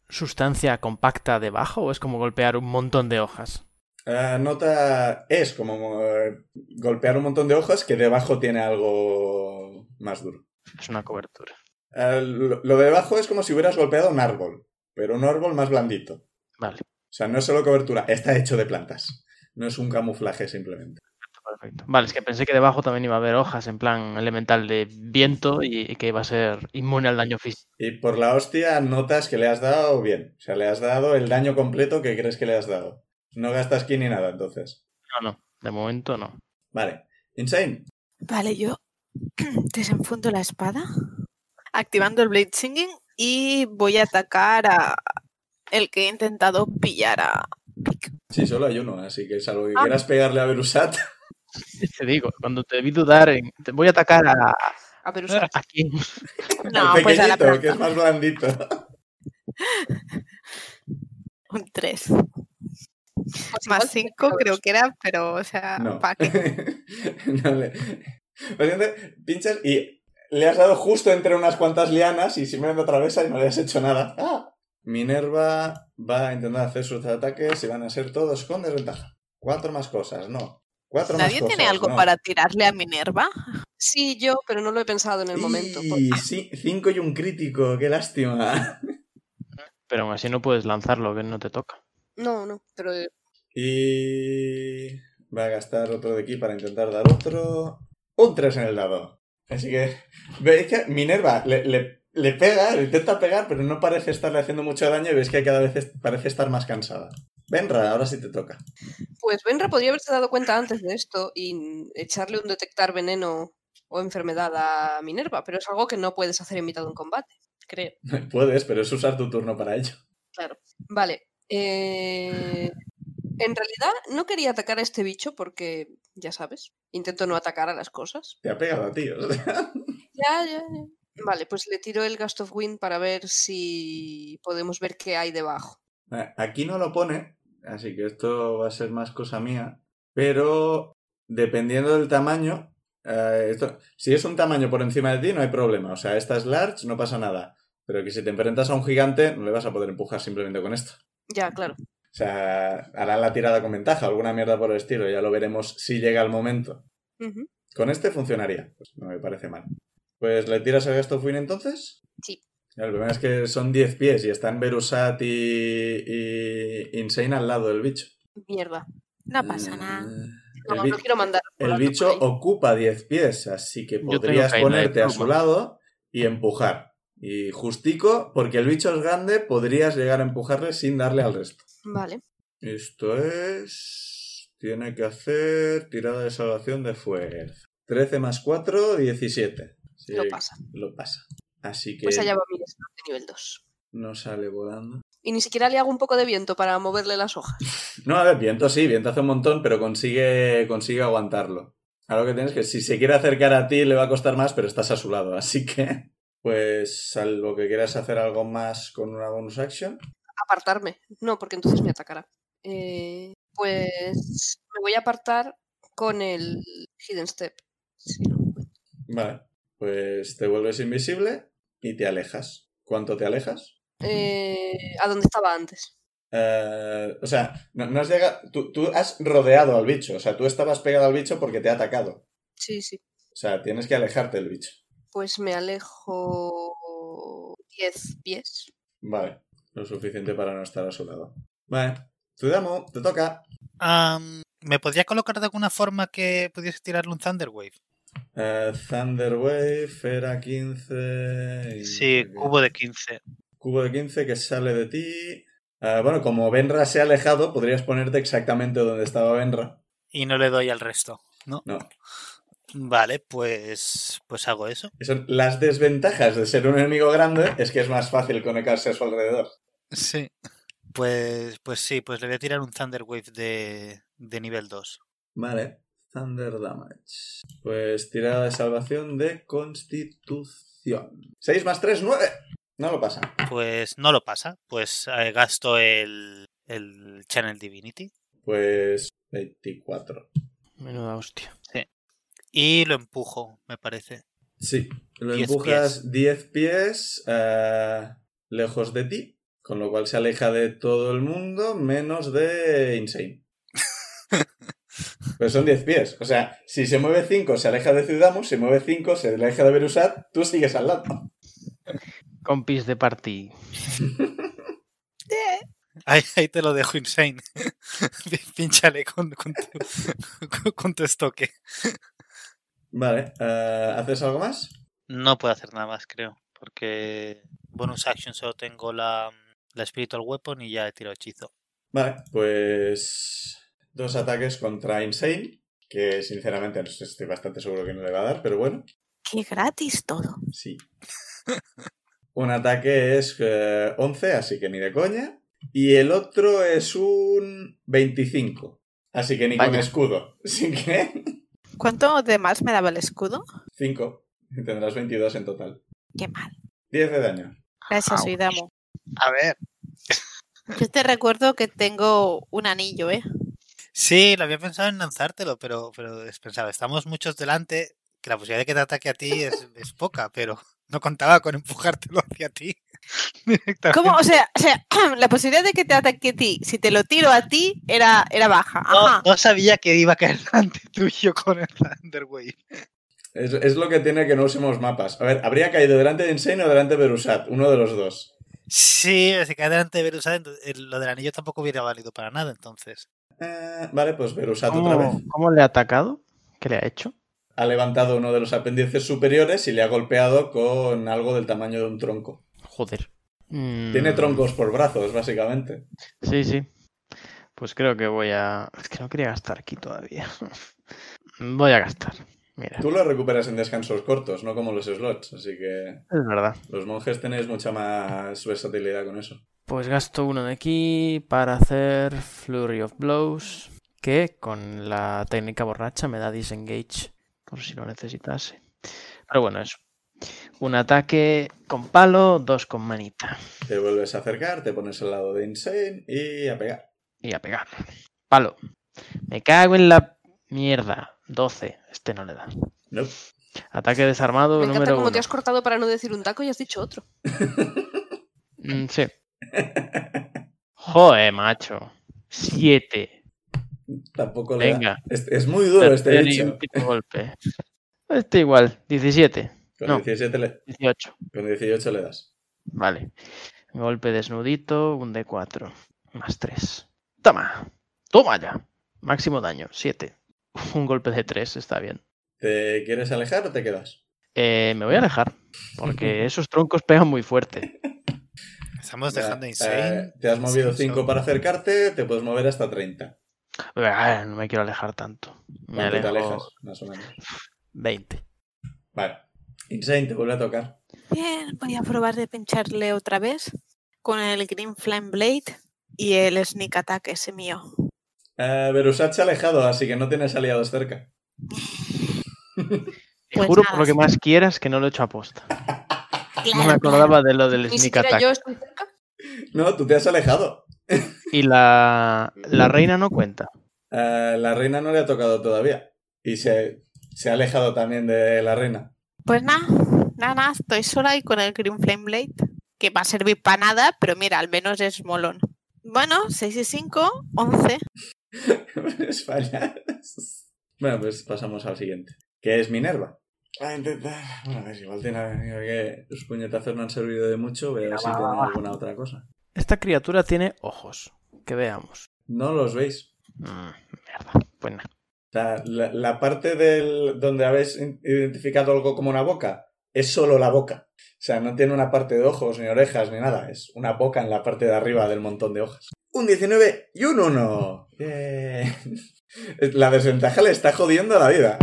[SPEAKER 2] sustancia compacta debajo o es como golpear un montón de hojas?
[SPEAKER 1] Ah, nota es como eh, golpear un montón de hojas que debajo tiene algo más duro.
[SPEAKER 2] Es una cobertura.
[SPEAKER 1] Eh, lo lo de debajo es como si hubieras golpeado un árbol, pero un árbol más blandito. O
[SPEAKER 2] Vale,
[SPEAKER 1] sea, no es solo cobertura, está hecho de plantas. No es un camuflaje simplemente.
[SPEAKER 2] perfecto. Vale, es que pensé que debajo también iba a haber hojas en plan elemental de viento y, y que iba a ser inmune al daño físico.
[SPEAKER 1] Y por la hostia notas que le has dado bien. O sea, le has dado el daño completo que crees que le has dado. No gastas ki ni nada, entonces.
[SPEAKER 2] No, no, de momento no.
[SPEAKER 1] Vale. Insane.
[SPEAKER 5] Vale, yo desenfundo la espada, activando el Blade Singing y voy a atacar a el que he intentado pillar a Pic.
[SPEAKER 1] Sí, solo hay uno, así que salvo que
[SPEAKER 5] Ah.
[SPEAKER 1] quieras pegarle a Berusat.
[SPEAKER 2] Te digo, cuando te vi dudar, en- te voy a atacar a,
[SPEAKER 4] A
[SPEAKER 1] Ah,
[SPEAKER 4] ver, usa-
[SPEAKER 2] a quién.
[SPEAKER 5] No,
[SPEAKER 1] al
[SPEAKER 5] pues a la
[SPEAKER 1] pequeñito, que
[SPEAKER 5] planta.
[SPEAKER 1] es más blandito.
[SPEAKER 5] Un 3.
[SPEAKER 4] pues igual
[SPEAKER 5] Más
[SPEAKER 4] tiene
[SPEAKER 5] 5
[SPEAKER 4] haber-
[SPEAKER 5] creo que era, pero, o sea,
[SPEAKER 1] No.
[SPEAKER 5] ¿para qué?
[SPEAKER 1] No le- Básicamente, pinchas y le has dado justo entre unas cuantas lianas y simplemente atravesa y no le has hecho nada. ¡Ah! Minerva va a intentar hacer sus ataques y van a ser todos con desventaja. Cuatro más cosas, no. Cuatro más
[SPEAKER 5] ¿Nadie
[SPEAKER 1] cosas,
[SPEAKER 5] tiene algo
[SPEAKER 1] no.
[SPEAKER 5] para tirarle a Minerva?
[SPEAKER 4] Sí, yo, pero no lo he pensado en el momento. por-
[SPEAKER 1] Y sí, cinco y un crítico, qué lástima.
[SPEAKER 2] Pero aún así no puedes lanzarlo, que no te toca.
[SPEAKER 4] No, no, pero eh,
[SPEAKER 1] Y va a gastar otro de aquí para intentar dar otro. Un 3 en el dado. Así que veis que Minerva le, le- le pega, le intenta pegar, pero no parece estarle haciendo mucho daño y veis que cada vez es- parece estar más cansada. Benra, ahora sí te toca.
[SPEAKER 4] pues Benra podría haberse dado cuenta antes de esto y n- echarle un detectar veneno o enfermedad a Minerva, pero es algo que no puedes hacer en mitad de un combate, creo.
[SPEAKER 1] Puedes, pero es usar tu turno para ello.
[SPEAKER 4] Vale. eh, En realidad no quería atacar a este bicho porque, ya sabes, intento no atacar a las cosas.
[SPEAKER 1] Te ha pegado a ti. o sea.
[SPEAKER 4] Ya, ya, ya. Vale, pues le tiro el Gust of Wind para ver si podemos ver qué hay debajo.
[SPEAKER 1] Vale, Eh, Aquí no lo pone, así que esto va a ser más cosa mía. Pero dependiendo del tamaño, eh, esto- si es un tamaño por encima de ti, no hay problema. O sea, esta es large, no pasa nada. Pero que si te enfrentas a un gigante, no le vas a poder empujar simplemente con esto.
[SPEAKER 4] Ya, claro.
[SPEAKER 1] O sea, hará la tirada con ventaja, alguna mierda por el estilo. Ya lo veremos si llega el momento.
[SPEAKER 4] Ujú.
[SPEAKER 1] Con este funcionaría. Pues no me parece mal. Pues le tiras el gasto fin entonces.
[SPEAKER 4] Sí.
[SPEAKER 1] Ya, El problema es que son 10 pies y están Berusat y, y Insane al lado del bicho. Eh,
[SPEAKER 4] Mierda.
[SPEAKER 5] No pasa
[SPEAKER 1] Mm.
[SPEAKER 5] nada.
[SPEAKER 4] No,
[SPEAKER 1] El,
[SPEAKER 4] no
[SPEAKER 1] bi-
[SPEAKER 4] quiero mandar.
[SPEAKER 1] el
[SPEAKER 4] volando por
[SPEAKER 1] bicho
[SPEAKER 4] ahí.
[SPEAKER 1] ocupa 10 pies, así que
[SPEAKER 2] tengo
[SPEAKER 1] podrías
[SPEAKER 2] caída de
[SPEAKER 1] ponerte a su
[SPEAKER 2] pluma.
[SPEAKER 1] lado y empujar. Y justico, porque el bicho es grande, podrías llegar a empujarle sin darle al resto.
[SPEAKER 4] Vale.
[SPEAKER 1] Esto es. Tiene que hacer tirada de salvación de fuerza. 13 más 4, 17. Sí,
[SPEAKER 4] Lo pasa.
[SPEAKER 1] Lo pasa. Así eh, que
[SPEAKER 4] Pues allá va mi snap de nivel 2.
[SPEAKER 1] no sale volando.
[SPEAKER 4] Y ni siquiera le hago un poco de viento para moverle las hojas.
[SPEAKER 1] No, a ver, viento sí, viento hace un montón, pero consigue, consigue aguantarlo. Ahora lo que tienes es que si se quiere acercar a ti le va a costar más, pero estás a su lado, así que. Pues salvo que quieras hacer algo más con una bonus action.
[SPEAKER 4] Apartarme. No, porque entonces me atacará. Eh, pues me voy a apartar con el Hidden Step. Si lo encuentro.
[SPEAKER 1] Vale. Pues te vuelves invisible y te alejas. ¿Cuánto te alejas?
[SPEAKER 4] Eh, a donde estaba antes.
[SPEAKER 1] Eh, o sea, no, no has llegado. Tú, tú has rodeado al bicho. O sea, tú estabas pegado al bicho porque te ha atacado.
[SPEAKER 4] Sí, sí.
[SPEAKER 1] O sea, tienes que alejarte del bicho.
[SPEAKER 4] Pues me alejo 10 pies.
[SPEAKER 1] Vale. Lo suficiente para no estar a su lado. Vale. Tsudamo, te toca.
[SPEAKER 3] Am, ¿Me podría colocar de alguna forma que pudiese tirarle un Thunder Wave?
[SPEAKER 1] Eh, Thunder Wave era 15. y-
[SPEAKER 3] Sí, cubo de 15.
[SPEAKER 1] Cubo de 15 que sale de ti. Eh, bueno, como Benra se ha alejado, podrías ponerte exactamente donde estaba Benra.
[SPEAKER 3] Y no le doy al resto, ¿no?
[SPEAKER 1] No.
[SPEAKER 3] Vale, pues, pues hago eso.
[SPEAKER 1] Eso- las desventajas de ser un enemigo grande es que es más fácil conectarse a su alrededor.
[SPEAKER 3] Sí. Pues, pues sí, pues le voy a tirar un Thunder Wave de, de nivel 2.
[SPEAKER 1] Vale. Thunder Damage. Pues tirada de salvación de Constitución. 6 más 3, 9. No lo pasa.
[SPEAKER 3] Pues no lo pasa. Pues eh, gasto el, el Channel Divinity
[SPEAKER 1] Pues 24.
[SPEAKER 2] Menuda hostia.
[SPEAKER 3] y lo empujo, me parece.
[SPEAKER 1] Sí. Lo
[SPEAKER 3] 10
[SPEAKER 1] empujas 10 pies eh, lejos de ti, con lo cual se aleja de todo el mundo menos de Insane. Pero son 10 pies. O sea, si se mueve 5 se aleja de Ciudadamus, si mueve 5 se aleja de Berusat, tú sigues al lado.
[SPEAKER 2] Compis de party.
[SPEAKER 3] Ahí, ahí te lo dejo insane. Pinchale con, con tu, con- con tu estoque.
[SPEAKER 1] Vale. eh, ¿Haces algo más?
[SPEAKER 3] No puedo hacer nada más, creo. Porque bonus action solo tengo la, la Spiritual Weapon y ya he tirado hechizo.
[SPEAKER 1] Vale, pues dos ataques contra Insane, que sinceramente no sé, estoy bastante seguro que no le va a dar, pero bueno,
[SPEAKER 5] Qué gratis todo.
[SPEAKER 1] sí. Un ataque es eh, 11, así que ni de coña. Y el otro es un 25, así que ni con
[SPEAKER 2] Vaya.
[SPEAKER 1] escudo. Así que
[SPEAKER 5] ¿Cuánto de más me daba el escudo?
[SPEAKER 1] 5, tendrás 22 en total.
[SPEAKER 5] Qué mal.
[SPEAKER 1] 10 de daño.
[SPEAKER 5] Gracias,
[SPEAKER 3] Ouch.
[SPEAKER 5] Oidamo.
[SPEAKER 3] A ver.
[SPEAKER 5] Yo te recuerdo que tengo un anillo, ¿eh?
[SPEAKER 3] Sí, lo había pensado en lanzártelo, pero, pero es- pensaba, estamos muchos delante, que la posibilidad de que te ataque a ti es, es poca, pero no contaba con empujártelo hacia ti. directamente.
[SPEAKER 5] ¿Cómo? O sea, o sea, la posibilidad de que te ataque a ti, si te lo tiro a ti, era, era baja.
[SPEAKER 3] No,
[SPEAKER 5] Ajá.
[SPEAKER 3] no sabía que iba a caer delante tuyo con el Thunderwave.
[SPEAKER 1] Es, es lo que tiene que no usemos mapas. A ver, habría caído delante de Insane o delante de Berusat, uno de los dos.
[SPEAKER 3] Sí, si cae delante de Berusat, ento- el- lo del anillo tampoco hubiera valido para nada, entonces.
[SPEAKER 1] Eh, vale, pues Berusat otra vez.
[SPEAKER 2] ¿Cómo, cómo le ha atacado? ¿Qué le ha hecho?
[SPEAKER 1] ha levantado uno de los apéndices superiores y le ha golpeado con algo del tamaño de un tronco.
[SPEAKER 2] Joder. Mm,
[SPEAKER 1] Tiene troncos por brazos, básicamente.
[SPEAKER 2] Sí, sí. Pues creo que voy a. Es que no quería gastar aquí todavía. Voy a gastar. Mira,
[SPEAKER 1] Tú lo recuperas en descansos cortos, no como los slots, así que
[SPEAKER 2] es verdad.
[SPEAKER 1] los monjes tenéis mucha más versatilidad con eso.
[SPEAKER 2] Pues gasto uno de aquí para hacer Flurry of Blows, que con la técnica borracha me da disengage, por si lo necesitase. Pero bueno, eso. Un ataque con palo, dos con manita.
[SPEAKER 1] Te vuelves a acercar, te pones al lado de Insane y a pegar.
[SPEAKER 2] Y a pegar. Palo. Me cago en la mierda. 12. Este no le da.
[SPEAKER 1] Nope.
[SPEAKER 2] Ataque desarmado
[SPEAKER 4] Me encanta
[SPEAKER 2] número
[SPEAKER 4] cómo
[SPEAKER 2] uno.
[SPEAKER 4] te has cortado para no decir un taco y has dicho otro.
[SPEAKER 2] Mm, sí. Joder, macho. 7.
[SPEAKER 1] Tampoco le da.
[SPEAKER 2] Venga.
[SPEAKER 1] Es, es muy duro este
[SPEAKER 2] Tercer y
[SPEAKER 1] bicho.
[SPEAKER 2] último golpe. Este igual. 17.
[SPEAKER 1] Con,
[SPEAKER 2] No.
[SPEAKER 1] 17 le-
[SPEAKER 2] 18.
[SPEAKER 1] con 18 le das.
[SPEAKER 2] Vale. Golpe desnudito, un D4. Más 3. Toma. Toma ya. Máximo daño, 7. Un golpe de 3, está bien.
[SPEAKER 1] ¿Te quieres alejar o te quedas?
[SPEAKER 2] Eh, me voy a alejar. Porque esos troncos pegan muy fuerte.
[SPEAKER 3] Estamos
[SPEAKER 1] Ya,
[SPEAKER 3] dejando insane.
[SPEAKER 1] eh, te has movido
[SPEAKER 3] Insane
[SPEAKER 1] 5
[SPEAKER 3] solo.
[SPEAKER 1] para acercarte, te puedes mover hasta 30.
[SPEAKER 2] Ah, No me quiero alejar tanto. Me
[SPEAKER 1] ¿Cuánto te alejas?
[SPEAKER 2] alejo
[SPEAKER 1] Más o menos.
[SPEAKER 2] 20.
[SPEAKER 1] Vale. Insane, te vuelve a tocar.
[SPEAKER 5] Bien, voy a probar de pincharle otra vez con el Green Flame Blade y el Sneak Attack ese mío.
[SPEAKER 1] Eh, Berusat se ha alejado, así que no tienes aliados cerca.
[SPEAKER 2] Te
[SPEAKER 5] Pues
[SPEAKER 2] juro
[SPEAKER 5] nada.
[SPEAKER 2] por lo que más quieras que no lo he hecho aposta. No me
[SPEAKER 5] Claro,
[SPEAKER 2] acordaba de lo del
[SPEAKER 4] Ni
[SPEAKER 2] sneak
[SPEAKER 4] siquiera
[SPEAKER 2] attack.
[SPEAKER 4] yo estoy cerca.
[SPEAKER 1] No, tú te has alejado.
[SPEAKER 2] Y la, la reina no cuenta.
[SPEAKER 1] Eh, la reina no le ha tocado todavía. Y se, se ha alejado también de la reina.
[SPEAKER 5] Pues nada, nada, nada, estoy sola y con el Green Flame Blade, que va a servir para nada, pero mira, al menos es molón. Bueno, 6 y 5, 11.
[SPEAKER 1] Es fallas. Bueno, pues pasamos al siguiente. Que es Minerva. A intentar. Ah, Bueno, a ver, igual tiene mira que los puñetazos no han servido de mucho. Voy a ver si tiene alguna otra cosa.
[SPEAKER 2] Esta criatura tiene ojos. Que veamos.
[SPEAKER 1] No los veis.
[SPEAKER 2] Mm, mierda. Pues nada.
[SPEAKER 1] O sea, la, la parte del donde habéis in- identificado algo como una boca es solo la boca. O sea, no tiene una parte de ojos, ni orejas, ni nada. Es una boca en la parte de arriba del montón de hojas. Un 19 y un 1. Bien. La desventaja le está jodiendo la vida.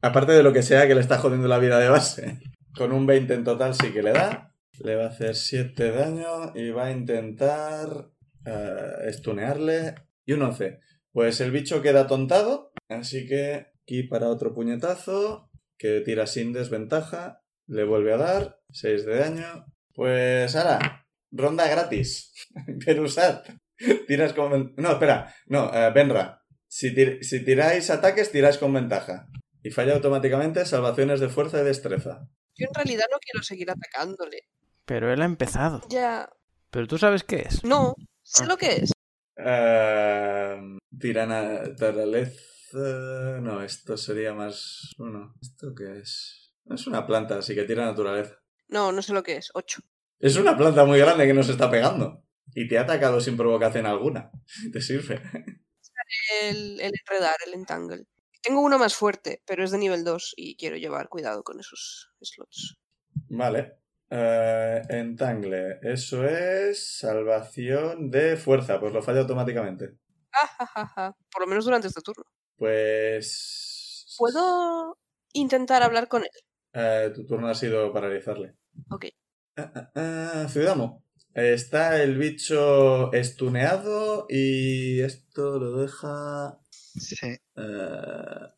[SPEAKER 1] Aparte de lo que sea que le está jodiendo la vida de base. Con un 20 en total sí que le da. Le va a hacer 7 daño y va a intentar eh, estunearle. Y un 11. Pues el bicho queda tontado, así que aquí para otro puñetazo, que tira sin desventaja, le vuelve a dar 6 de daño. Pues ahora, ronda gratis. Perusat. Tiras con ven- No, espera, no, eh, Benra. Si, tir- si tiráis ataques, tiráis con ventaja. Y falla automáticamente salvaciones de fuerza y destreza.
[SPEAKER 4] Yo en realidad no quiero seguir atacándole.
[SPEAKER 2] Pero él ha empezado.
[SPEAKER 4] Ya.
[SPEAKER 2] Pero tú sabes qué es.
[SPEAKER 4] No.
[SPEAKER 2] Ah.
[SPEAKER 4] Sé lo que es.
[SPEAKER 1] Eh, tiran a naturaleza. No, esto sería más uno. ¿Esto qué es? Es una planta, así que tira naturaleza.
[SPEAKER 4] No, no sé lo que es. 8.
[SPEAKER 1] Es una planta muy grande que nos está pegando. Y te ha atacado sin provocación alguna. Te sirve.
[SPEAKER 4] El, el enredar, el entangle. Tengo uno más fuerte, pero es de nivel 2 y quiero llevar cuidado con esos slots.
[SPEAKER 1] Vale. Eh, entangle. Eso es salvación de fuerza. Pues lo falla automáticamente.
[SPEAKER 4] Ah, ja, ja, ja. Por lo menos durante este turno.
[SPEAKER 1] Pues...
[SPEAKER 4] ¿Puedo intentar hablar con él?
[SPEAKER 1] Eh, tu turno ha sido paralizarle.
[SPEAKER 4] Ok.
[SPEAKER 1] Ah, ah, ah, Ciudadamo. Está el bicho estuneado y esto lo deja...
[SPEAKER 3] Sí.
[SPEAKER 1] eh,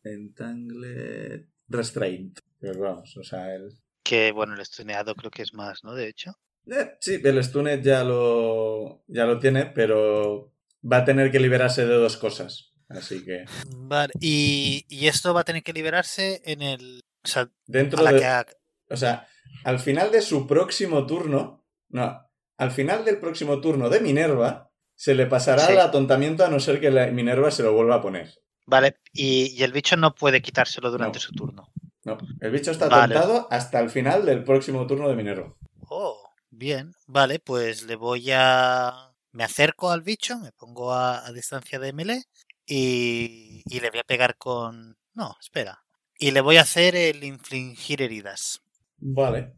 [SPEAKER 1] entangle... Restraint. Pues vamos, o sea, el...
[SPEAKER 3] Que bueno, el estuneado creo que es más, ¿no? De hecho.
[SPEAKER 1] Eh, sí, el Stunet ya lo, ya lo tiene, pero va a tener que liberarse de dos cosas. Así que
[SPEAKER 3] Vale. Y, y esto va a tener que liberarse en el. O sea, a
[SPEAKER 1] dentro
[SPEAKER 3] la que
[SPEAKER 1] de...
[SPEAKER 3] ha-
[SPEAKER 1] O sea, al final de su próximo turno... No, al final del próximo turno de Minerva se le pasará
[SPEAKER 3] Sí.
[SPEAKER 1] el atontamiento a no ser que la Minerva se lo vuelva a poner.
[SPEAKER 3] Vale. Y, y el bicho no puede quitárselo durante
[SPEAKER 1] No.
[SPEAKER 3] su turno.
[SPEAKER 1] No, el bicho está
[SPEAKER 3] Vale.
[SPEAKER 1] atontado hasta el final del próximo turno de Minerva.
[SPEAKER 3] Oh, bien. Vale, pues le voy a. Me acerco al bicho, me pongo a, a distancia de melee y, y le voy a pegar con. No, espera. Y le voy a hacer el infligir heridas.
[SPEAKER 1] Vale.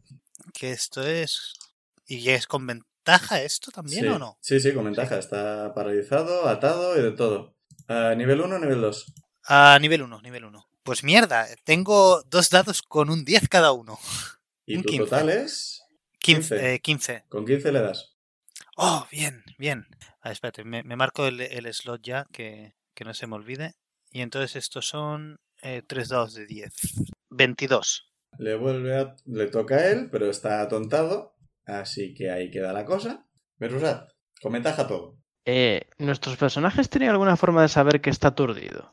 [SPEAKER 3] Que esto es. ¿Y es con ventaja esto también
[SPEAKER 1] Sí.
[SPEAKER 3] o no?
[SPEAKER 1] Sí, sí, con ventaja. Está paralizado, atado y de todo. Ah, nivel 1, nivel 2.
[SPEAKER 3] A nivel 1, nivel 1. Pues mierda, tengo dos dados con un 10 cada uno.
[SPEAKER 1] Y
[SPEAKER 3] Un
[SPEAKER 1] tu
[SPEAKER 3] 15.
[SPEAKER 1] total es... 15.
[SPEAKER 3] 15. eh, 15.
[SPEAKER 1] Con 15 le das.
[SPEAKER 3] Oh, bien, bien. Ah, espérate, me, me marco el, el slot ya, que, que no se me olvide. Y entonces estos son eh, tres dados de 10. 22.
[SPEAKER 1] Le vuelve a... Le toca a él, pero está atontado. Así que ahí queda la cosa. Verusat, con ventaja todo.
[SPEAKER 2] Eh, ¿Nuestros personajes tienen alguna forma de saber que está aturdido?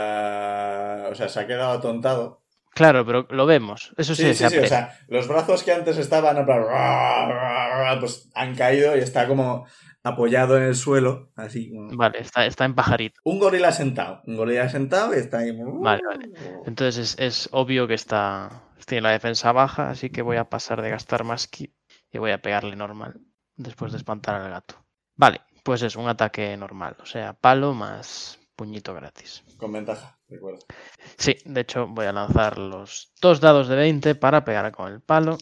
[SPEAKER 1] Ah, o sea, se ha quedado atontado.
[SPEAKER 2] Claro, pero lo vemos. Eso sí,
[SPEAKER 1] Sí, sí,
[SPEAKER 2] se
[SPEAKER 1] sí. O
[SPEAKER 2] aprecia.
[SPEAKER 1] sea, los brazos que antes estaban en plan, pues han caído y está como apoyado en el suelo. Así. como-
[SPEAKER 2] Vale, está, está en pajarito.
[SPEAKER 1] Un gorila sentado. Un gorila sentado y está ahí.
[SPEAKER 2] Vale, vale. Entonces es, es obvio que está. Tiene la defensa baja, así que voy a pasar de gastar más ki y voy a pegarle normal. Después de espantar al gato. Vale, pues es un ataque normal. O sea, palo más puñito gratis.
[SPEAKER 1] Con ventaja, recuerda.
[SPEAKER 2] Sí, de hecho voy a lanzar los dos dados de 20 para pegar con el palo.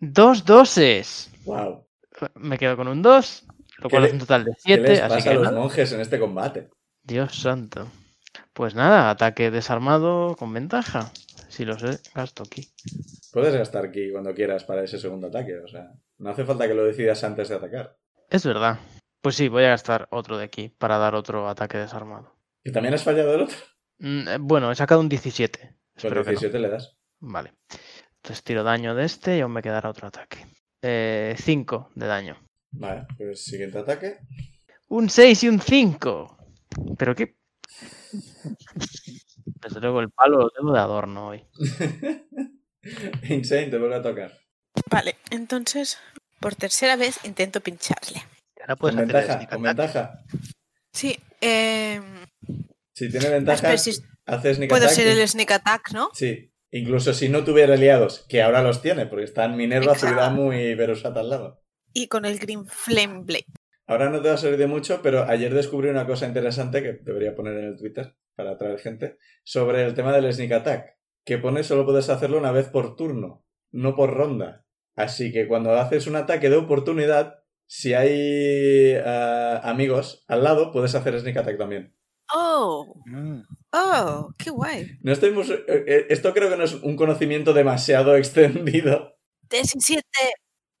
[SPEAKER 2] ¡Dos doses!
[SPEAKER 1] Wow.
[SPEAKER 2] Me quedo con un 2, lo
[SPEAKER 1] ¿Qué
[SPEAKER 2] cual
[SPEAKER 1] le-
[SPEAKER 2] es un total de
[SPEAKER 1] ¿Qué
[SPEAKER 2] 7,
[SPEAKER 1] les
[SPEAKER 2] así
[SPEAKER 1] pasa
[SPEAKER 2] que
[SPEAKER 1] a los
[SPEAKER 2] nada.
[SPEAKER 1] monjes en este combate?
[SPEAKER 2] Dios santo. Pues nada, ataque desarmado con ventaja. Si los he- gasto aquí.
[SPEAKER 1] Puedes gastar aquí cuando quieras para ese segundo ataque. O sea, no hace falta que lo decidas antes de atacar.
[SPEAKER 2] Es verdad. Pues sí, voy a gastar otro de aquí para dar otro ataque desarmado.
[SPEAKER 1] Que también has fallado el otro.
[SPEAKER 2] Mm, eh, Bueno, he sacado un 17.
[SPEAKER 1] Con
[SPEAKER 2] Espero que no.
[SPEAKER 1] 17 le das.
[SPEAKER 2] Vale. Entonces tiro daño de este y aún me quedará otro ataque. 5 de daño.
[SPEAKER 1] Vale, pues siguiente ataque.
[SPEAKER 2] Un 6 y un 5. ¿Pero qué? Desde luego el palo lo tengo de adorno hoy.
[SPEAKER 1] Insane, te vuelve a tocar.
[SPEAKER 5] Vale, entonces por tercera vez intento pincharle.
[SPEAKER 3] Ahora
[SPEAKER 1] Con
[SPEAKER 3] puedes hacer el
[SPEAKER 1] ventaja,
[SPEAKER 3] sneak
[SPEAKER 1] con
[SPEAKER 3] attack.
[SPEAKER 1] ventaja.
[SPEAKER 5] Sí, eh,
[SPEAKER 1] Si tiene ventaja,
[SPEAKER 5] espera,
[SPEAKER 1] hace
[SPEAKER 5] si-
[SPEAKER 1] sneak
[SPEAKER 5] puedo
[SPEAKER 1] attack.
[SPEAKER 5] ser el sneak attack, ¿no?
[SPEAKER 1] Sí. Incluso si no tuviera aliados, que ahora los tiene, porque están Minerva,
[SPEAKER 5] Exacto.
[SPEAKER 1] Zuidamu y Berusat al lado.
[SPEAKER 5] Y con el Green Flame Blade.
[SPEAKER 1] Ahora no te va a servir de mucho, pero ayer descubrí una cosa interesante que debería poner en el Twitter para atraer gente sobre el tema del sneak attack. Que pone solo puedes hacerlo una vez por turno, no por ronda. Así que cuando haces un ataque de oportunidad, si hay eh, amigos al lado, puedes hacer sneak attack también.
[SPEAKER 5] Oh,
[SPEAKER 3] Mm.
[SPEAKER 5] oh, qué guay.
[SPEAKER 1] No estoy muy su- eh, eh, Esto creo que no es un conocimiento demasiado extendido.
[SPEAKER 5] 17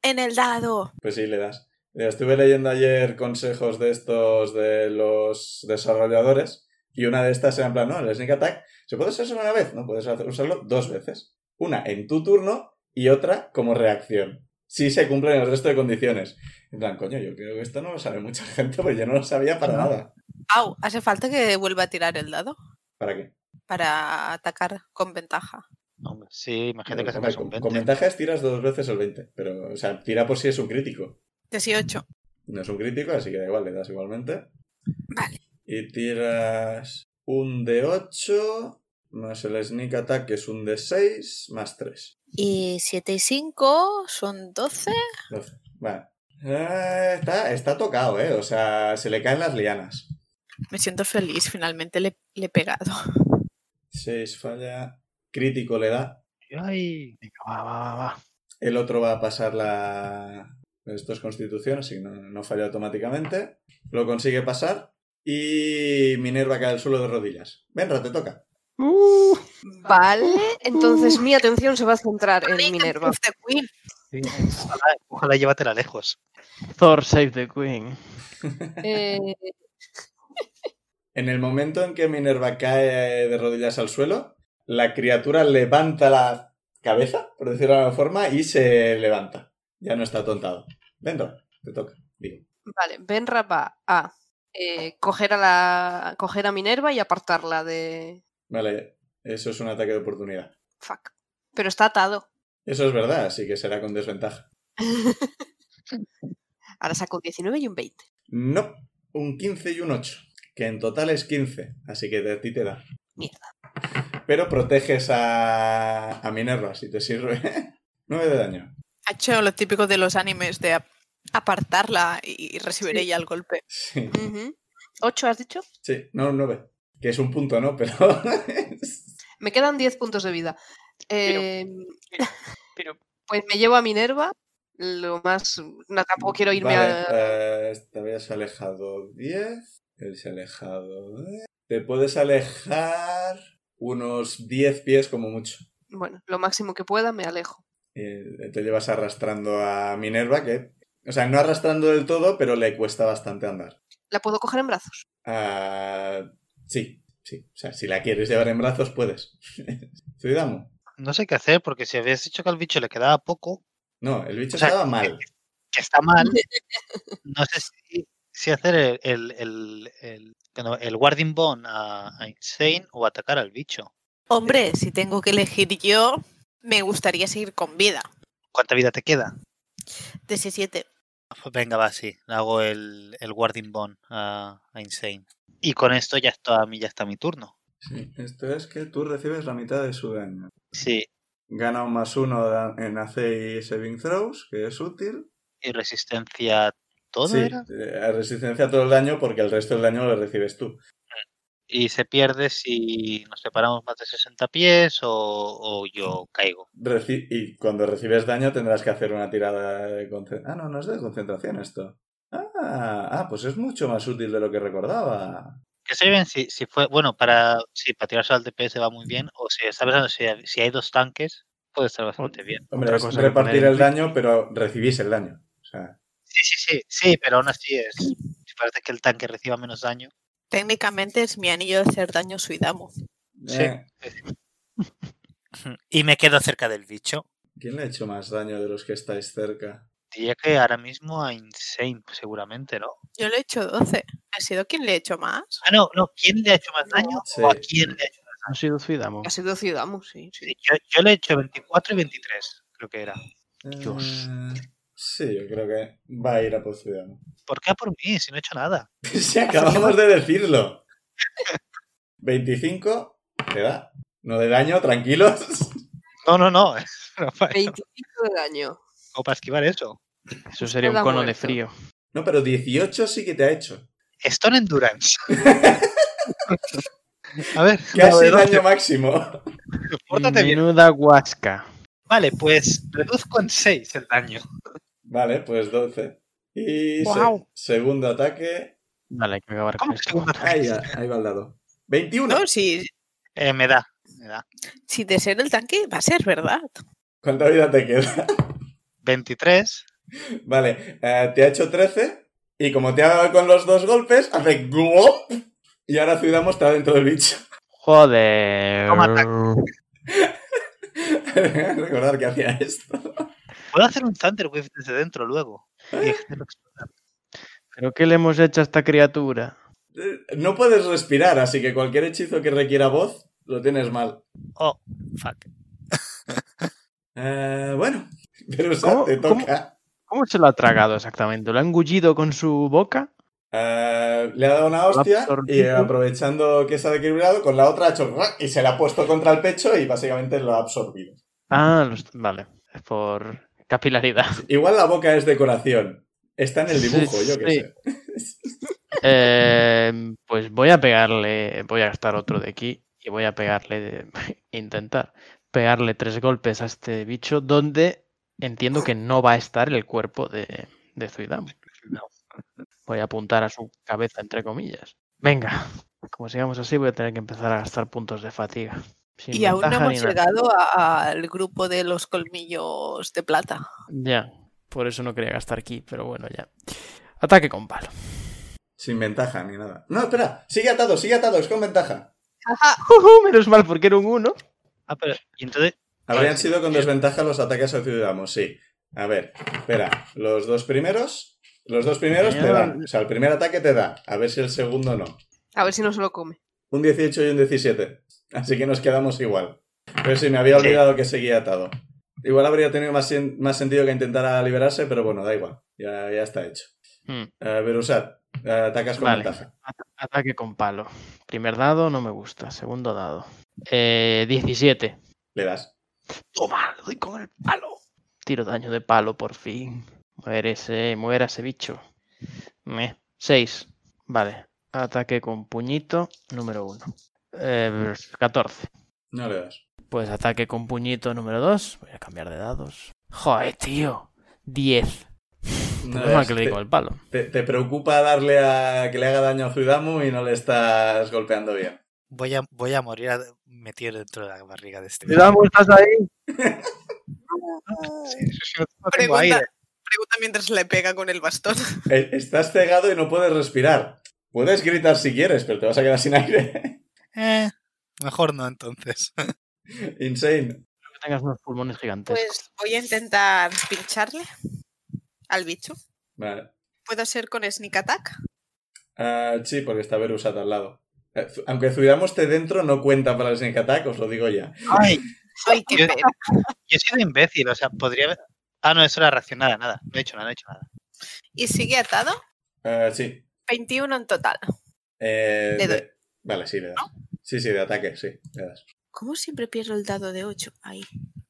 [SPEAKER 5] en el dado.
[SPEAKER 1] Pues sí, le das. Mira, Estuve leyendo ayer consejos de estos de los desarrolladores y una de estas era en plan, no, el sneak attack se puede usar solo una vez, no puedes hacer- usarlo dos veces. Una en tu turno y otra como reacción. Si se cumplen el resto de condiciones. En plan, coño, yo creo que esto no lo sabe mucha gente, pues yo no lo sabía para
[SPEAKER 3] No.
[SPEAKER 1] nada.
[SPEAKER 5] Au, hace falta que vuelva a tirar el dado
[SPEAKER 1] ¿Para qué?
[SPEAKER 5] para atacar con ventaja.
[SPEAKER 3] Hombre, Sí, imagínate que
[SPEAKER 1] Hombre,
[SPEAKER 3] sacas un
[SPEAKER 1] con,
[SPEAKER 3] 20.
[SPEAKER 1] con ventajas tiras dos veces el 20, pero, o sea, tira por si es un crítico.
[SPEAKER 5] 18.
[SPEAKER 1] No es un crítico, así que da igual, le das igualmente.
[SPEAKER 5] Vale.
[SPEAKER 1] Y tiras un de 8 más el sneak attack que es un de 6 más 3.
[SPEAKER 7] Y 7 y 5 son 12.
[SPEAKER 1] Vale. Eh, está, está tocado, ¿eh? O sea, se le caen las lianas.
[SPEAKER 5] Me siento feliz, finalmente le, le he pegado.
[SPEAKER 1] 6 falla, crítico le da.
[SPEAKER 3] Ay,
[SPEAKER 2] Venga, va, va, va, va.
[SPEAKER 1] El otro va a pasar la... Esto es constitución, así que no, no falla automáticamente. Lo consigue pasar. Y Minerva cae al suelo de rodillas. Venra, te toca.
[SPEAKER 4] Vale, entonces mi atención se va a centrar en Minerva.
[SPEAKER 5] Of the Queen.
[SPEAKER 2] Sí.
[SPEAKER 3] ojalá, ojalá llévatela lejos.
[SPEAKER 2] Thor Save the Queen.
[SPEAKER 4] Eh,
[SPEAKER 1] En el momento en que Minerva cae eh, de rodillas al suelo, la criatura levanta la cabeza, por decirlo de alguna forma, y se levanta. Ya no está tontado. Venga, te toca. Digo.
[SPEAKER 4] Vale, Benra va a eh, coger, a la, coger a Minerva y apartarla de...
[SPEAKER 1] Vale, eso es un ataque de oportunidad.
[SPEAKER 4] Fuck. Pero está atado.
[SPEAKER 1] Eso es verdad, así que será con desventaja.
[SPEAKER 4] Ahora saco un 19 y un 20.
[SPEAKER 1] No, un 15 y un 8, que en total es 15, así que de ti te da.
[SPEAKER 4] Mierda.
[SPEAKER 1] Pero proteges a, a Minerva, si te sirve. 9 de daño.
[SPEAKER 5] Ha hecho lo típico de los animes de ap- apartarla y recibir ella el golpe.
[SPEAKER 1] Sí,
[SPEAKER 4] Ujú. ¿Ocho has dicho?
[SPEAKER 1] sí, no, 9. Que es un punto, ¿no? Pero...
[SPEAKER 4] Me quedan 10 puntos de vida.
[SPEAKER 2] Pero-
[SPEAKER 4] Eh,
[SPEAKER 2] Pero
[SPEAKER 4] pues me llevo a Minerva. Lo más. No, tampoco quiero irme a.
[SPEAKER 1] Vale, eh, te habías alejado 10. Él se ha alejado 10. Te puedes alejar unos 10 pies como mucho.
[SPEAKER 4] Bueno, lo máximo que pueda, me alejo.
[SPEAKER 1] Eh, te llevas arrastrando a Minerva, que... O sea, no arrastrando del todo, pero le cuesta bastante andar.
[SPEAKER 4] ¿La puedo coger en brazos?
[SPEAKER 1] Ah, sí, sí. O sea, si la quieres llevar en brazos, puedes. Zuidamo.
[SPEAKER 3] No sé qué hacer porque si habías dicho que al bicho le quedaba poco,
[SPEAKER 1] No, el bicho
[SPEAKER 3] O sea,
[SPEAKER 1] estaba mal.
[SPEAKER 3] que está mal, no sé si, si hacer el, el, el, el- que no, el Guarding Bone a, a Insane o atacar al bicho.
[SPEAKER 5] Hombre, si tengo que elegir yo, me gustaría seguir con vida.
[SPEAKER 3] ¿Cuánta vida te queda?
[SPEAKER 5] 17.
[SPEAKER 3] Pues venga, va, sí. le Hago el, el Guarding Bone a, a Insane. Y con esto ya está, a mí ya está mi turno.
[SPEAKER 1] Sí, esto es que tú recibes la mitad de su daño.
[SPEAKER 3] Sí.
[SPEAKER 1] Gana un más uno da- en AC y saving throws, que es útil.
[SPEAKER 3] Y resistencia todo
[SPEAKER 1] sí,
[SPEAKER 3] era.
[SPEAKER 1] eh, a resistencia a todo el daño porque el resto del daño lo recibes tú.
[SPEAKER 3] Y se pierde si nos separamos más de 60 pies o, o yo caigo.
[SPEAKER 1] Reci- y cuando recibes daño tendrás que hacer una tirada de concentración. Ah, no, no es de concentración esto. Ah, ah, pues es mucho más útil de lo que recordaba.
[SPEAKER 3] Que se ven si, si fue, bueno, para, sí, para tirarse al DPS va muy bien. O si está pensando si, hay- si hay dos tanques, puede estar bastante bien.
[SPEAKER 1] Hombre,
[SPEAKER 2] Otra
[SPEAKER 1] es
[SPEAKER 2] cosa que
[SPEAKER 1] repartir
[SPEAKER 2] poner
[SPEAKER 1] el
[SPEAKER 2] en-
[SPEAKER 1] daño, pero recibís el daño. O sea,
[SPEAKER 3] Sí, sí, sí, sí, pero aún así es. Si parece que el tanque reciba menos daño.
[SPEAKER 5] Técnicamente es mi anillo de hacer daño Suidamo.
[SPEAKER 3] Sí.
[SPEAKER 1] eh,
[SPEAKER 3] Y me quedo cerca del bicho.
[SPEAKER 1] ¿Quién le ha hecho más daño de los que estáis cerca?
[SPEAKER 3] Diría que ahora mismo a Insane, seguramente, ¿no?
[SPEAKER 5] Yo le he hecho 12. ¿Ha sido quien le he hecho más?
[SPEAKER 3] Ah, no, no, ¿quién le ha hecho más daño? ¿O a
[SPEAKER 1] Sí.
[SPEAKER 3] quién le ha hecho más
[SPEAKER 2] ha sido Zuidamo.
[SPEAKER 4] Ha sido Ciudadamo, sí. sí.
[SPEAKER 3] daño? Yo, yo le he hecho 24 y 23, creo que era.
[SPEAKER 2] Dios.
[SPEAKER 1] Eh, Sí, yo creo que va a ir a Poseidón.
[SPEAKER 3] ¿Por qué a por mí? Si no he hecho nada.
[SPEAKER 1] Si acabamos de decirlo. 25 te da. No de daño, tranquilos.
[SPEAKER 3] No, no, no. No para,
[SPEAKER 4] 25 de daño.
[SPEAKER 3] o para esquivar eso.
[SPEAKER 2] Eso sería un
[SPEAKER 4] Queda
[SPEAKER 2] cono de
[SPEAKER 4] muerto.
[SPEAKER 2] frío.
[SPEAKER 1] No, pero 18 sí que te ha hecho.
[SPEAKER 3] Stone Endurance. A ver,
[SPEAKER 1] Casi
[SPEAKER 3] vale,
[SPEAKER 1] daño máximo.
[SPEAKER 3] pórtate bien.
[SPEAKER 2] Menuda guasca.
[SPEAKER 3] Vale, pues reduzco en 6 el daño.
[SPEAKER 1] Vale, pues 12. Y se-
[SPEAKER 5] Guau.
[SPEAKER 1] segundo ataque.
[SPEAKER 2] Vale, hay que acabar
[SPEAKER 3] ¿Cómo
[SPEAKER 2] con
[SPEAKER 3] que
[SPEAKER 2] esto.
[SPEAKER 3] segundo
[SPEAKER 1] Ahí, ahí va el dado. 21.
[SPEAKER 5] No, si,
[SPEAKER 3] Eh, me da, me da.
[SPEAKER 5] si de ser el tanque va a ser verdad.
[SPEAKER 1] ¿Cuánta vida te queda?
[SPEAKER 3] 23.
[SPEAKER 1] Vale, eh, te ha hecho 13. Y como te ha dado con los dos golpes, hace ¡guop! Y ahora Zuidamo está dentro del bicho.
[SPEAKER 2] Joder.
[SPEAKER 3] Toma
[SPEAKER 1] Recordar que hacía esto.
[SPEAKER 3] Puedo hacer un Thunder Wave desde dentro luego. Y hacerlo explotar.
[SPEAKER 2] ¿Pero qué le hemos hecho a esta criatura?
[SPEAKER 1] Eh, No puedes respirar, así que cualquier hechizo que requiera voz lo tienes mal.
[SPEAKER 3] Oh, fuck.
[SPEAKER 1] Eh, bueno, pero o sea,
[SPEAKER 2] ¿Cómo-
[SPEAKER 1] te
[SPEAKER 2] cómo?
[SPEAKER 1] toca.
[SPEAKER 2] ¿Cómo se lo ha tragado exactamente? ¿Lo ha engullido con su boca?
[SPEAKER 1] Eh, le ha dado una hostia y
[SPEAKER 2] absorbido.
[SPEAKER 1] aprovechando que se ha desequilibrado, con la otra ha hecho ¡guac! y se la ha puesto contra el pecho y básicamente lo ha absorbido.
[SPEAKER 2] Ah, los- vale. Es por capilaridad.
[SPEAKER 1] Igual la boca es decoración. Está en el dibujo,
[SPEAKER 2] Sí,
[SPEAKER 1] yo qué
[SPEAKER 2] sí.
[SPEAKER 1] sé.
[SPEAKER 2] Eh, pues voy a pegarle, voy a gastar otro de aquí y voy a pegarle, de- intentar pegarle tres golpes a este bicho donde entiendo que no va a estar el cuerpo de, de Zuidam. Voy a apuntar a su cabeza, entre comillas. Venga, como sigamos así voy a tener que empezar a gastar puntos de fatiga. sin
[SPEAKER 5] y aún no
[SPEAKER 2] ventaja
[SPEAKER 5] hemos
[SPEAKER 2] ni nada.
[SPEAKER 5] llegado a- al grupo de los colmillos de plata.
[SPEAKER 2] Ya, por eso no quería gastar aquí, pero bueno, ya. Ataque con palo.
[SPEAKER 1] Sin ventaja ni nada. No, espera, sigue atado, sigue atado, es con ventaja.
[SPEAKER 4] Ajá,
[SPEAKER 2] menos mal porque era un 1.
[SPEAKER 3] Ah, pero. Y entonces.
[SPEAKER 1] Habrían
[SPEAKER 3] Vale.
[SPEAKER 1] sido con
[SPEAKER 2] Eh.
[SPEAKER 1] desventaja los ataques a Ciudadamos, sí. A ver, espera, los dos primeros. Los dos primeros te dan. O sea, el primer ataque te da. A ver si el segundo no.
[SPEAKER 4] a ver si no se lo come.
[SPEAKER 1] Un 18 y un 17. Así que nos quedamos igual. Pero sí, me había olvidado que seguía atado. Igual habría tenido más, sen- más sentido que intentara liberarse, pero bueno, da igual. Ya, ya está hecho.
[SPEAKER 2] Hmm.
[SPEAKER 1] Eh, Berusat, eh, atacas con
[SPEAKER 2] Vale.
[SPEAKER 1] ventaja.
[SPEAKER 2] Ataque con palo. Primer dado no me gusta. Segundo dado. Eh, 17.
[SPEAKER 1] Le das.
[SPEAKER 2] Toma, le doy con el palo. Tiro daño de palo, por fin. Muérese, muera ese bicho. 6. Vale. Ataque con puñito, número 1. 14.
[SPEAKER 1] No le das.
[SPEAKER 2] Pues ataque con puñito número 2. Voy a cambiar de dados. Joder, tío. 10.
[SPEAKER 1] No
[SPEAKER 2] No
[SPEAKER 1] le
[SPEAKER 2] es Pues mal
[SPEAKER 1] das.
[SPEAKER 2] que le di con
[SPEAKER 1] Te,
[SPEAKER 2] el palo.
[SPEAKER 1] te- te preocupa darle a que le haga daño a Zuidamu y no le estás golpeando bien.
[SPEAKER 3] Voy a, voy a morir a- metido dentro de la barriga de este.
[SPEAKER 2] estás ahí?
[SPEAKER 3] Sí, sí, sí, no tengo
[SPEAKER 5] Pregunta,
[SPEAKER 3] aire.
[SPEAKER 5] pregunta mientras le pega con el bastón.
[SPEAKER 1] Eh, Estás cegado y no puedes respirar. Puedes gritar si quieres, pero te vas a quedar sin aire.
[SPEAKER 3] Eh, mejor no, entonces.
[SPEAKER 1] Insane.
[SPEAKER 2] Que tengas unos pulmones gigantes.
[SPEAKER 5] Pues voy a intentar pincharle al bicho.
[SPEAKER 1] Vale.
[SPEAKER 5] ¿Puedo ser con Sneak Attack?
[SPEAKER 1] Ah, sí, porque está Berusat al lado. Eh, Zu- Aunque Zuidamos te dentro, no cuenta para el Sneak Attack, os lo digo ya.
[SPEAKER 3] Ay,
[SPEAKER 5] Ay, qué
[SPEAKER 3] Yo-
[SPEAKER 5] pena.
[SPEAKER 3] yo he sido imbécil, o sea, podría haber. Ah, no, eso era racionada, nada. No he hecho nada, no he hecho nada.
[SPEAKER 5] Y sigue atado.
[SPEAKER 1] Ah, sí.
[SPEAKER 5] 21 en total.
[SPEAKER 1] Eh,
[SPEAKER 5] Le
[SPEAKER 1] de-
[SPEAKER 5] doy.
[SPEAKER 1] Vale, sí, le das. Sí, sí, de ataque, sí, le das.
[SPEAKER 5] ¿Cómo siempre pierdo el dado de 8? Ahí.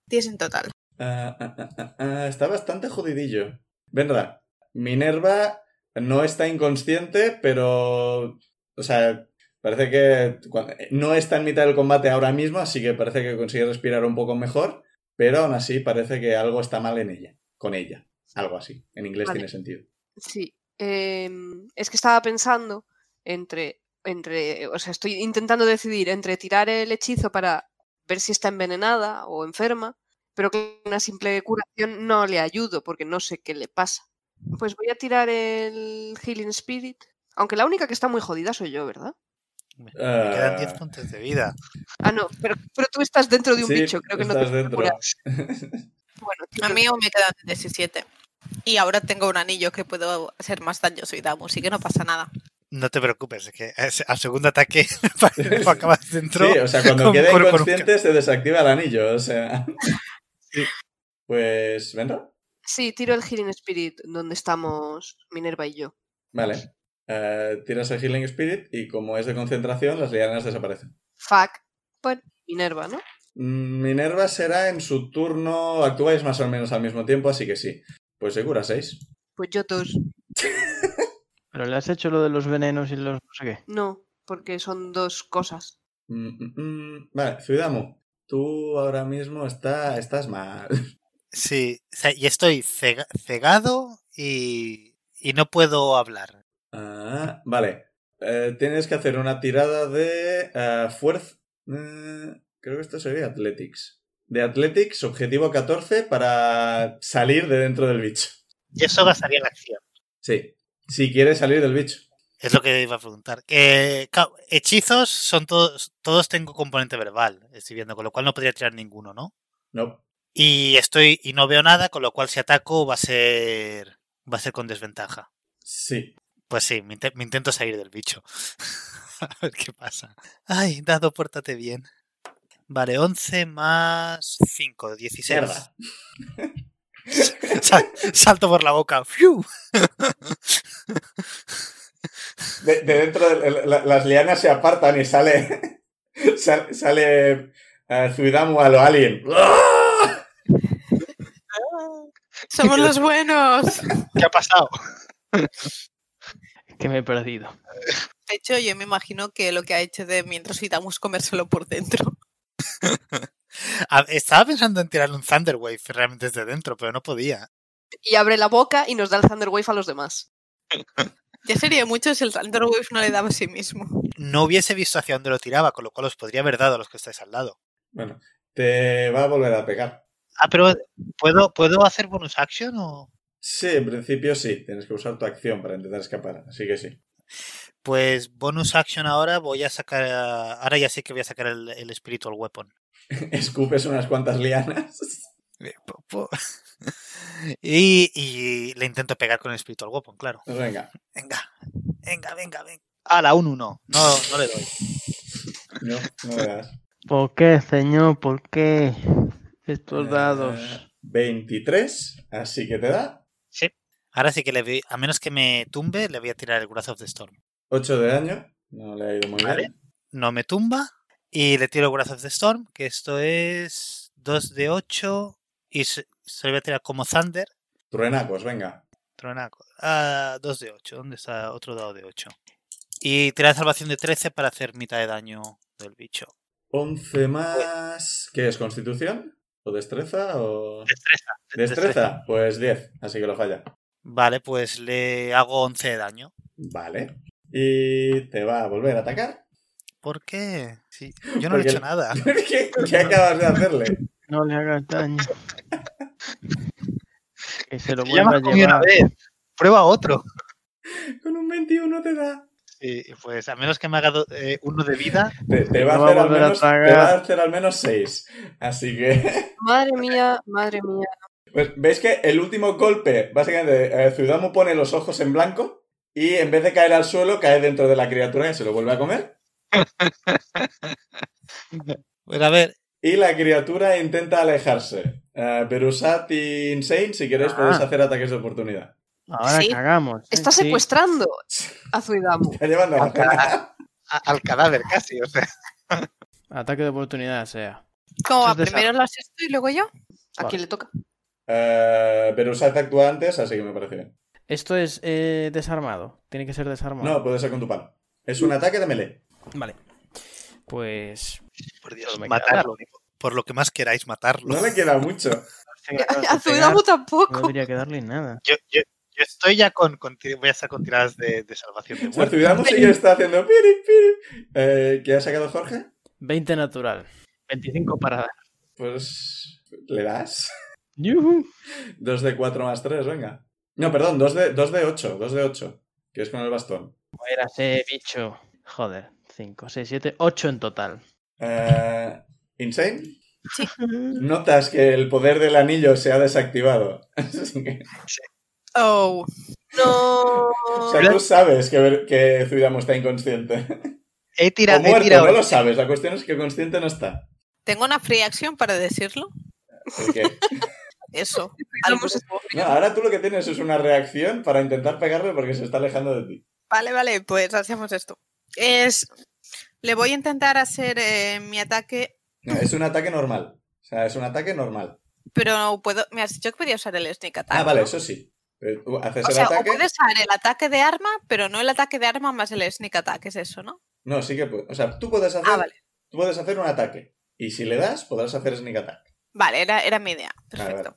[SPEAKER 5] 10 en total.
[SPEAKER 1] Ah, ah, ah, ah, ah, está bastante jodidillo. Venra, Minerva no está inconsciente, pero... O sea, parece que cuan- no está en mitad del combate ahora mismo, así que parece que consigue respirar un poco mejor, pero aún así parece que algo está mal en ella, con ella. Algo así. En inglés
[SPEAKER 4] Vale.
[SPEAKER 1] tiene sentido.
[SPEAKER 4] Sí. em, es que estaba pensando entre, entre. O sea, estoy intentando decidir entre tirar el hechizo para ver si está envenenada o enferma, pero que una simple curación no le ayudo porque no sé qué le pasa. Pues voy a tirar el Healing Spirit. Aunque la única que está muy jodida soy yo, ¿verdad?
[SPEAKER 3] Me, me
[SPEAKER 1] Ah.
[SPEAKER 3] quedan 10 puntos de vida.
[SPEAKER 4] Ah, no, pero, pero tú estás dentro de un
[SPEAKER 1] Sí,
[SPEAKER 4] bicho, creo que no te
[SPEAKER 1] estás
[SPEAKER 4] puede
[SPEAKER 1] dentro.
[SPEAKER 4] curar. Bueno,
[SPEAKER 5] A
[SPEAKER 4] tiro-
[SPEAKER 5] mí aún me quedan 17. Y ahora tengo un anillo que puedo hacer más daño soy Damu, así que no pasa nada.
[SPEAKER 3] No te preocupes, es que es- al segundo ataque parece que acabas dentro.
[SPEAKER 1] Sí, o sea, cuando
[SPEAKER 3] con-
[SPEAKER 1] quede
[SPEAKER 3] con- con un
[SPEAKER 1] inconsciente se desactiva el anillo, o sea.
[SPEAKER 3] Sí.
[SPEAKER 1] Pues, ¿vendrá?
[SPEAKER 4] Sí, tiro el Healing Spirit donde estamos Minerva y yo.
[SPEAKER 1] Vale. Eh, tiras el Healing Spirit y como es de concentración, las lianas desaparecen.
[SPEAKER 4] Fuck. Bueno, Minerva, ¿no?
[SPEAKER 1] Mm, Minerva será en su turno. Actuáis más o menos al mismo tiempo, así que sí. Pues segura, 6.
[SPEAKER 4] Pues yo dos.
[SPEAKER 2] Pero le has hecho lo de los venenos y los no sé qué.
[SPEAKER 4] No, porque son dos cosas.
[SPEAKER 1] Mm, Vale, Zuidamu. Tú ahora mismo está, estás mal.
[SPEAKER 3] Sí, o sea, y estoy cega- cegado y, y no puedo hablar.
[SPEAKER 1] Ah, vale. Eh, tienes que hacer una tirada de eh, fuerza. eh, creo que esto sería Athletics. De Athletics, objetivo 14 para salir de dentro del bicho.
[SPEAKER 3] Y eso gastaría la acción.
[SPEAKER 1] Sí. Si quieres salir del bicho.
[SPEAKER 3] Es lo que iba a preguntar. Que, claro, hechizos son todos, todos tengo componente verbal, estoy viendo, con lo cual no podría tirar ninguno, ¿no?
[SPEAKER 1] No.
[SPEAKER 3] Y estoy, y no veo nada, con lo cual si ataco va a ser, va a ser con desventaja.
[SPEAKER 1] Sí.
[SPEAKER 3] Pues sí, me, inte- me intento salir del bicho. a ver qué pasa. Ay, dado, pórtate bien. Vale, 11 más 5, 16.
[SPEAKER 1] Mierda.
[SPEAKER 3] Sal- salto por la boca. ¡Fiu!
[SPEAKER 1] De, de dentro del- el- la- las lianas se apartan y sale. sal- sale eh, Zuidamu a lo alien. ¡Ah!
[SPEAKER 5] Somos los buenos.
[SPEAKER 3] ¿Qué ha pasado?
[SPEAKER 2] Que me he perdido.
[SPEAKER 5] De hecho, yo me imagino que lo que ha hecho de mientras evitamos comérselo por dentro.
[SPEAKER 3] A- Estaba pensando en tirarle un Thunderwave realmente desde dentro, pero no podía.
[SPEAKER 4] Y abre la boca y nos da el Thunder Wave a los demás.
[SPEAKER 5] Ya sería mucho si el Thunderwave no le daba a sí mismo.
[SPEAKER 3] No hubiese visto hacia dónde lo tiraba, con lo cual os podría haber dado a los que estáis al lado.
[SPEAKER 1] Bueno, te va a volver a pegar.
[SPEAKER 3] Ah, pero ¿puedo, ¿puedo hacer bonus action o...?
[SPEAKER 1] Sí, en principio sí. Tienes que usar tu acción para intentar escapar. Así que sí.
[SPEAKER 3] Pues bonus action ahora voy a sacar... a- Ahora ya sé que voy a sacar el, el Spiritual Weapon.
[SPEAKER 1] Escupes unas cuantas lianas.
[SPEAKER 3] Eh, po- po- Y, y le intento pegar con el Spiritual Weapon, claro.
[SPEAKER 1] Pues Venga.
[SPEAKER 3] Venga, venga, venga, venga. la un 1. No, no le doy.
[SPEAKER 1] No, no le das.
[SPEAKER 2] ¿Por qué, señor? ¿Por qué? Estos
[SPEAKER 1] Eh,
[SPEAKER 2] dados.
[SPEAKER 1] 23, así que te da
[SPEAKER 3] Ahora sí que le voy... A menos que me tumbe, le voy a tirar el Wrath of the Storm.
[SPEAKER 1] 8 de daño. No le ha ido muy
[SPEAKER 3] Vale.
[SPEAKER 1] bien.
[SPEAKER 3] no me tumba. Y le tiro Wrath of the Storm, que esto es 2 de 8. Y se, se lo voy a tirar como Thunder.
[SPEAKER 1] Truenacos, venga.
[SPEAKER 3] Tronaco. Ah, 2 de 8. ¿Dónde está otro dado de 8? Y tirar salvación de 13 para hacer mitad de daño del bicho.
[SPEAKER 1] 11 más. ¿Qué es? ¿Constitución? ¿O destreza? ¿O.?
[SPEAKER 3] Destreza.
[SPEAKER 1] Destreza, pues 10, así que lo falla.
[SPEAKER 3] Vale, pues le hago 11 de daño.
[SPEAKER 1] Vale. Y te va a volver a atacar.
[SPEAKER 3] ¿Por qué? Sí, yo no le
[SPEAKER 1] Porque-
[SPEAKER 3] he hecho nada.
[SPEAKER 1] ¿Qué, qué acabas de hacerle?
[SPEAKER 2] No le hagas daño. que se lo
[SPEAKER 3] Ya me
[SPEAKER 2] vuelva
[SPEAKER 3] has
[SPEAKER 2] a
[SPEAKER 3] comido una
[SPEAKER 2] llevar.
[SPEAKER 3] vez. Prueba otro.
[SPEAKER 1] Con un 21 te da.
[SPEAKER 3] Sí, pues a menos que me haga do- eh, uno de vida,
[SPEAKER 1] Te, te va,
[SPEAKER 2] No
[SPEAKER 1] a
[SPEAKER 2] va a
[SPEAKER 1] hacer al
[SPEAKER 2] volver a
[SPEAKER 1] menos, te
[SPEAKER 2] atacar.
[SPEAKER 1] va a hacer al menos 6. Así que.
[SPEAKER 4] Madre mía, madre mía.
[SPEAKER 1] pues, ¿Veis que el último golpe? Básicamente, eh, Zuidamu pone los ojos en blanco y en vez de caer al suelo, cae dentro de la criatura que se lo vuelve a comer.
[SPEAKER 3] pues a ver,
[SPEAKER 1] Y la criatura intenta alejarse. Eh, Berusat y Insane, si queréis,
[SPEAKER 2] Ah.
[SPEAKER 1] podéis hacer ataques de oportunidad.
[SPEAKER 2] Ahora
[SPEAKER 4] Sí.
[SPEAKER 2] cagamos. ¿eh?
[SPEAKER 4] Está
[SPEAKER 2] Sí.
[SPEAKER 4] secuestrando a Zuidamu.
[SPEAKER 1] Está llevando a la pena.
[SPEAKER 3] a- al cadáver casi, o sea.
[SPEAKER 2] Ataque de oportunidad sea.
[SPEAKER 5] Como va,
[SPEAKER 2] Entonces, ah. esa-
[SPEAKER 5] primero lo esto y luego yo.
[SPEAKER 4] ¿A quién le toca?
[SPEAKER 1] Eh, Berusat actúa antes, así que me parece bien.
[SPEAKER 2] Esto es eh, desarmado. Tiene que ser desarmado.
[SPEAKER 1] No, puede ser con tu palo. Es un ataque de melee.
[SPEAKER 2] Vale. Pues.
[SPEAKER 3] Por Dios,
[SPEAKER 2] Solo me queda
[SPEAKER 3] matarlo. Por lo que más queráis, matarlo.
[SPEAKER 1] No le queda mucho.
[SPEAKER 4] A Zuidamu
[SPEAKER 2] No
[SPEAKER 4] tampoco.
[SPEAKER 2] debería quedarle nada.
[SPEAKER 3] Yo, yo- yo estoy ya con, con ti- voy a estar con tiradas de, de salvación de
[SPEAKER 1] La
[SPEAKER 3] muerte.
[SPEAKER 1] ciudad sigue está haciendo piri, piri. Eh, ¿Qué ha sacado Jorge?
[SPEAKER 2] 20 natural.
[SPEAKER 3] 25 para
[SPEAKER 1] Pues. ¿Le das?
[SPEAKER 2] ¡Yujú!
[SPEAKER 1] 2 de 4 más 3, venga. No, perdón, 2 de, 2 de 8, 2 de 8. Que es con el bastón.
[SPEAKER 2] Era ese bicho. Joder. 5, 6, 7, 8 en total.
[SPEAKER 1] Eh, ¿Insane? Notas que el poder del anillo se ha desactivado. Así que-
[SPEAKER 5] Oh,
[SPEAKER 4] No.
[SPEAKER 1] o sea, tú sabes que, que Zuidamo está inconsciente.
[SPEAKER 3] He
[SPEAKER 1] O
[SPEAKER 3] tirado, he
[SPEAKER 1] muerto,
[SPEAKER 3] tirado,
[SPEAKER 1] no lo sabes. La cuestión es que consciente no está.
[SPEAKER 5] tengo una free action para decirlo.
[SPEAKER 1] ¿Por qué?
[SPEAKER 5] eso.
[SPEAKER 4] Algo.
[SPEAKER 1] No, ahora tú lo que tienes es una reacción para intentar pegarle porque se está alejando de ti.
[SPEAKER 5] Vale, vale, pues hacemos esto. Es. Le voy a intentar hacer eh, mi ataque,
[SPEAKER 1] No, es un ataque normal. O sea, es un ataque normal.
[SPEAKER 5] pero no puedo. Me has dicho que podía usar el sneak attack.
[SPEAKER 1] Ah, vale,
[SPEAKER 5] ¿no?
[SPEAKER 1] eso sí. Pero tú haces
[SPEAKER 5] O
[SPEAKER 1] el
[SPEAKER 5] sea, o
[SPEAKER 1] ataque.
[SPEAKER 5] puedes usar el ataque de arma, pero no el ataque de arma más el sneak attack, es eso, ¿no?
[SPEAKER 1] No, sí que puedes. O sea, tú puedes hacer,
[SPEAKER 5] Ah, vale.
[SPEAKER 1] tú puedes hacer un ataque. Y si le das, podrás hacer sneak attack.
[SPEAKER 5] Vale, era, era mi idea.
[SPEAKER 3] Dale,
[SPEAKER 5] Perfecto.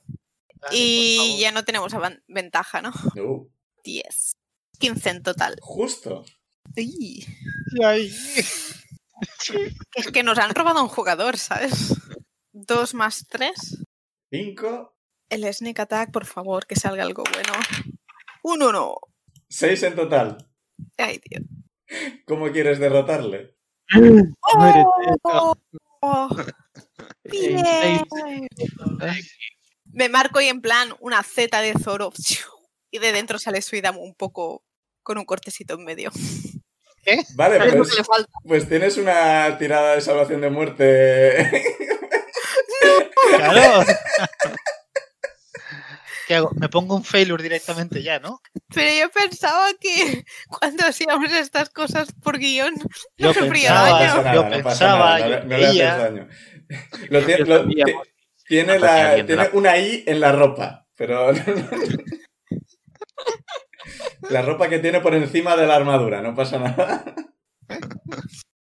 [SPEAKER 3] por
[SPEAKER 5] Y
[SPEAKER 3] favor.
[SPEAKER 5] ya no tenemos avan- ventaja, ¿no?
[SPEAKER 1] Uh,
[SPEAKER 5] 10. 15 en total.
[SPEAKER 1] justo.
[SPEAKER 5] Uy,
[SPEAKER 3] Ay.
[SPEAKER 5] Es que nos han robado un jugador, ¿sabes? 2 más 3.
[SPEAKER 1] Cinco,
[SPEAKER 5] El sneak attack, por favor, que salga algo bueno. Un 1.
[SPEAKER 1] seis en total.
[SPEAKER 5] Ay, Dios.
[SPEAKER 1] ¿Cómo quieres derrotarle?
[SPEAKER 2] Muérete,
[SPEAKER 5] ¡Oh!
[SPEAKER 2] en seis
[SPEAKER 5] Bien.
[SPEAKER 2] segundos.
[SPEAKER 5] Me marco y en plan una Z de Zoro. ¡Chiu! Y de dentro sale Suidam un poco con un cortecito en medio.
[SPEAKER 1] Vale,
[SPEAKER 4] Es lo que
[SPEAKER 1] pues,
[SPEAKER 4] le falta.
[SPEAKER 1] pues tienes una tirada de salvación de muerte.
[SPEAKER 3] Claro. ¿Qué hago? Me pongo un failure directamente ya, ¿no?
[SPEAKER 5] Pero yo pensaba que cuando hacíamos estas cosas por guión no
[SPEAKER 2] Yo
[SPEAKER 5] sufría
[SPEAKER 1] No pasa
[SPEAKER 3] pensaba-
[SPEAKER 5] daño.
[SPEAKER 1] nada,
[SPEAKER 3] yo
[SPEAKER 1] no pasa nada,
[SPEAKER 3] pensaba,
[SPEAKER 1] no
[SPEAKER 3] yo
[SPEAKER 1] le- no le haces
[SPEAKER 3] creía.
[SPEAKER 1] daño. Lo tie-
[SPEAKER 2] Yo
[SPEAKER 1] lo-
[SPEAKER 2] sabíamos.
[SPEAKER 1] ti- tiene,
[SPEAKER 2] Ataque
[SPEAKER 1] la-
[SPEAKER 2] alguien de
[SPEAKER 1] tiene
[SPEAKER 2] la-
[SPEAKER 1] una I en la ropa, pero... la ropa que tiene por encima de la armadura, no pasa nada.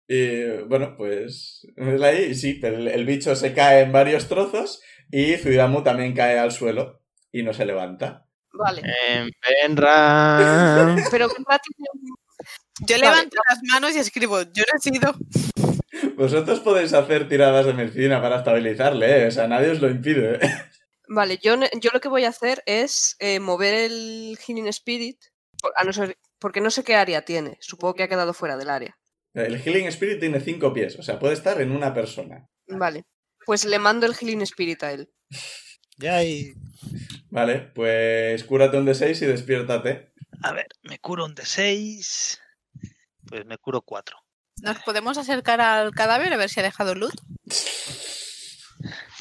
[SPEAKER 1] Y bueno, pues la I, sí, pero el, el bicho se cae en varios trozos y Zuidamu también cae al suelo y no se levanta.
[SPEAKER 4] Vale.
[SPEAKER 2] Em, Benra.
[SPEAKER 4] Pero Benra tiene-
[SPEAKER 5] Yo
[SPEAKER 4] Vale.
[SPEAKER 5] levanto las manos y escribo, yo no he sido.
[SPEAKER 1] Vosotros podéis hacer tiradas de medicina para estabilizarle, ¿eh? o sea, nadie os lo impide.
[SPEAKER 4] Vale, yo, ne- yo lo que voy a hacer es eh, mover el Healing Spirit, por- a no ser- porque no sé qué área tiene. Supongo que ha quedado fuera del área.
[SPEAKER 1] El Healing Spirit tiene cinco pies, o sea, puede estar en una persona.
[SPEAKER 4] Vale. Pues le mando el Healing Spirit a él.
[SPEAKER 3] Ya y.
[SPEAKER 1] Vale, pues cúrate un D6 y despiértate.
[SPEAKER 3] A ver, me curo un de 6. Pues me curo 4.
[SPEAKER 5] Nos podemos acercar al cadáver a ver si ha dejado luz.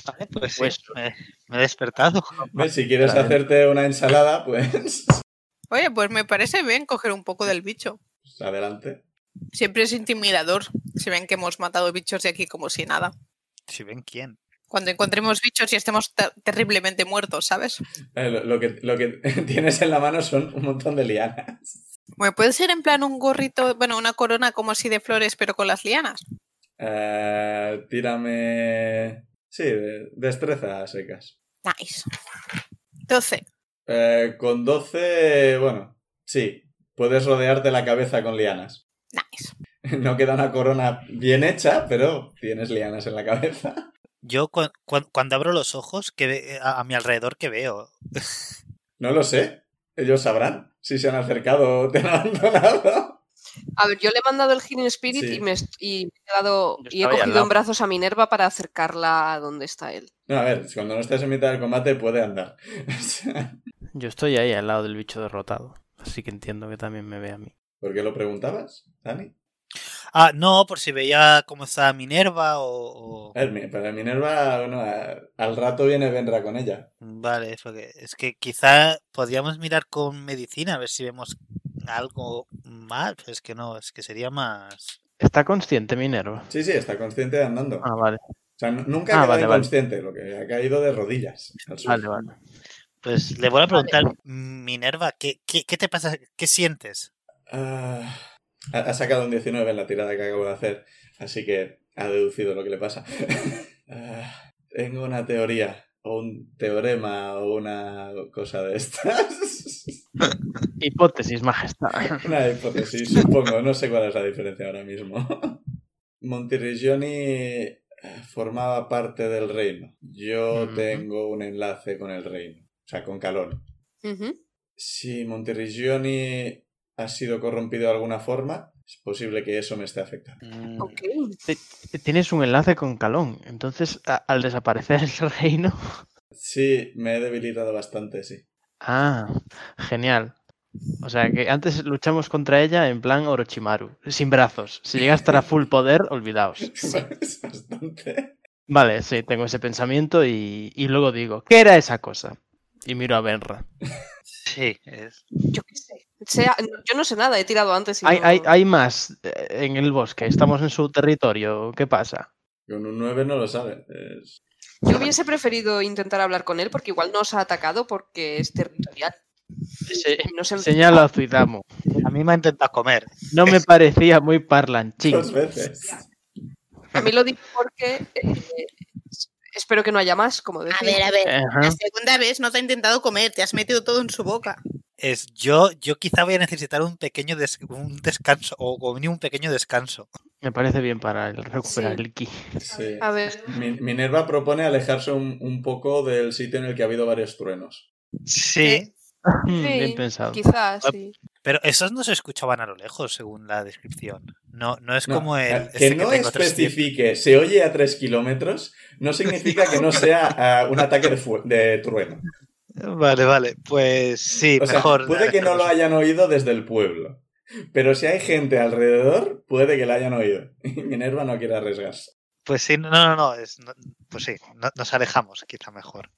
[SPEAKER 3] Vale, pues, sí, Pues
[SPEAKER 2] Pues-
[SPEAKER 3] me, me he despertado.
[SPEAKER 1] ¿Ves? Si quieres
[SPEAKER 2] Claro.
[SPEAKER 1] hacerte una ensalada, pues,
[SPEAKER 5] Oye, pues me parece bien coger un poco del bicho.
[SPEAKER 1] pues adelante.
[SPEAKER 5] Siempre es intimidador. Si ven que hemos matado bichos de aquí como si nada.
[SPEAKER 3] Si ven quién.
[SPEAKER 5] Cuando encontremos bichos y estemos ter- terriblemente muertos, ¿sabes?
[SPEAKER 1] Eh, Lo, lo que, lo que tienes en la mano son un montón de lianas.
[SPEAKER 5] ¿Me puede ser en plan un gorrito, bueno, una corona como así de flores, pero con las lianas?
[SPEAKER 1] Eh, tírame... Sí, de- destreza a secas.
[SPEAKER 5] Nice. 12.
[SPEAKER 1] Eh, con 12, bueno, sí, puedes rodearte la cabeza con lianas.
[SPEAKER 5] Nice.
[SPEAKER 1] No queda una corona bien hecha, pero tienes lianas en la cabeza.
[SPEAKER 3] Yo cu- cu- cuando abro los ojos, que ve- a, a mi alrededor, que veo?
[SPEAKER 1] No lo sé. Ellos sabrán si se han acercado o te han abandonado.
[SPEAKER 4] A ver, yo le he mandado el Healing Spirit
[SPEAKER 1] Sí.
[SPEAKER 4] y, me, est- y me he quedado-
[SPEAKER 2] Yo
[SPEAKER 4] y he
[SPEAKER 2] estaba ahí al
[SPEAKER 4] cogido
[SPEAKER 2] lado.
[SPEAKER 4] en brazos a Minerva para acercarla a donde está él.
[SPEAKER 1] No, a ver, cuando no estás en mitad del combate puede andar.
[SPEAKER 2] Yo estoy ahí al lado del bicho derrotado. Así que entiendo que también me ve a mí.
[SPEAKER 1] ¿Por qué lo preguntabas, Dani?
[SPEAKER 3] Ah, no, por si veía cómo está Minerva o. o-
[SPEAKER 1] A ver, mi- para Minerva, bueno, a- al rato viene Benra con ella.
[SPEAKER 3] Vale, es, lo que- es que quizá podríamos mirar con medicina a ver si vemos algo más. pero es que no, es que sería más.
[SPEAKER 2] ¿Está consciente Minerva?
[SPEAKER 1] Sí, sí, está consciente de andando.
[SPEAKER 2] Ah, vale,
[SPEAKER 1] O sea, n- nunca ha
[SPEAKER 2] Ah,
[SPEAKER 1] quedado
[SPEAKER 2] vale, vale.
[SPEAKER 1] inconsciente, lo que ha caído de rodillas. al suelo.
[SPEAKER 2] vale, vale.
[SPEAKER 3] Pues le voy a preguntar, Minerva, ¿qué, qué, qué te pasa? ¿Qué sientes?
[SPEAKER 1] Ah, ha ha sacado un 19 en la tirada que acabo de hacer, así que ha deducido lo que le pasa. Ah, tengo una teoría, o un teorema, o una cosa de estas.
[SPEAKER 2] Hipótesis, majestad.
[SPEAKER 1] una hipótesis, supongo. No sé cuál es la diferencia ahora mismo. Monterrigioni eh, formaba parte del reino. Yo
[SPEAKER 2] Ujú.
[SPEAKER 1] tengo un enlace con el reino, o sea, con Calón.
[SPEAKER 4] Ujú.
[SPEAKER 1] Si Monterrigioni ha sido corrompido de alguna forma, es posible que eso me esté afectando.
[SPEAKER 3] Mm,
[SPEAKER 4] Ok.
[SPEAKER 2] Tienes un enlace con Calón. Entonces, a- al desaparecer el reino.
[SPEAKER 1] Sí, me he debilitado bastante, sí.
[SPEAKER 2] Ah, genial. O sea que antes luchamos contra ella en plan Orochimaru, sin brazos. Si llega a estar a full poder, olvidaos.
[SPEAKER 1] Es bastante.
[SPEAKER 2] Vale, sí, tengo ese pensamiento y, y luego digo, ¿qué era esa cosa? Y miro a Benra.
[SPEAKER 3] Sí, es-
[SPEAKER 4] Yo qué sé. Sea- yo no sé nada, he tirado antes. y
[SPEAKER 2] Hay,
[SPEAKER 4] no-
[SPEAKER 2] hay, hay más eh, en el bosque, estamos en su territorio, ¿qué pasa?
[SPEAKER 1] Con un 9 no lo sabe. Es-
[SPEAKER 4] Yo hubiese preferido intentar hablar con él porque igual no os ha atacado porque es territorial.
[SPEAKER 2] Se-
[SPEAKER 4] No se
[SPEAKER 2] señalo a Zuidamo.
[SPEAKER 3] A mí me ha intentado comer.
[SPEAKER 2] No me parecía muy parlanchín.
[SPEAKER 1] Dos veces.
[SPEAKER 4] A mí lo digo porque eh, espero que no haya más, como
[SPEAKER 5] A
[SPEAKER 4] decía.
[SPEAKER 5] ver, a ver.
[SPEAKER 2] Ajá.
[SPEAKER 5] La segunda vez no te ha intentado comer, te has metido todo en su boca.
[SPEAKER 3] Es yo, yo quizá voy a necesitar un pequeño des- un descanso, o como mínimo un pequeño descanso.
[SPEAKER 2] Me parece bien para el- recuperar
[SPEAKER 4] Sí.
[SPEAKER 2] el ki.
[SPEAKER 1] Sí.
[SPEAKER 3] Ah.
[SPEAKER 4] A ver,
[SPEAKER 1] Mi- Minerva propone alejarse un, un poco del sitio en el que ha habido varios truenos.
[SPEAKER 3] Sí.
[SPEAKER 2] Mm,
[SPEAKER 4] Sí,
[SPEAKER 2] Bien pensado.
[SPEAKER 4] quizás,
[SPEAKER 3] Ah,
[SPEAKER 4] sí.
[SPEAKER 3] Pero esos no se escuchaban a lo lejos, según la descripción. No, no es
[SPEAKER 1] No,
[SPEAKER 3] como el.
[SPEAKER 1] eh,
[SPEAKER 3] este
[SPEAKER 1] que no
[SPEAKER 3] tengo tres dientes.
[SPEAKER 1] especifique, se oye a 3 kilómetros, no significa que no sea ah, un ataque de, fu- de trueno.
[SPEAKER 3] Vale, vale. Pues sí,
[SPEAKER 1] O sea,
[SPEAKER 3] mejor.
[SPEAKER 1] puede que no lo
[SPEAKER 3] alejarnos.
[SPEAKER 1] hayan oído desde el pueblo. Pero si hay gente alrededor, puede que la hayan oído. Y Minerva no quiere arriesgarse.
[SPEAKER 3] Pues sí, no, no, no. es- no- pues sí, no- nos alejamos, quizá mejor.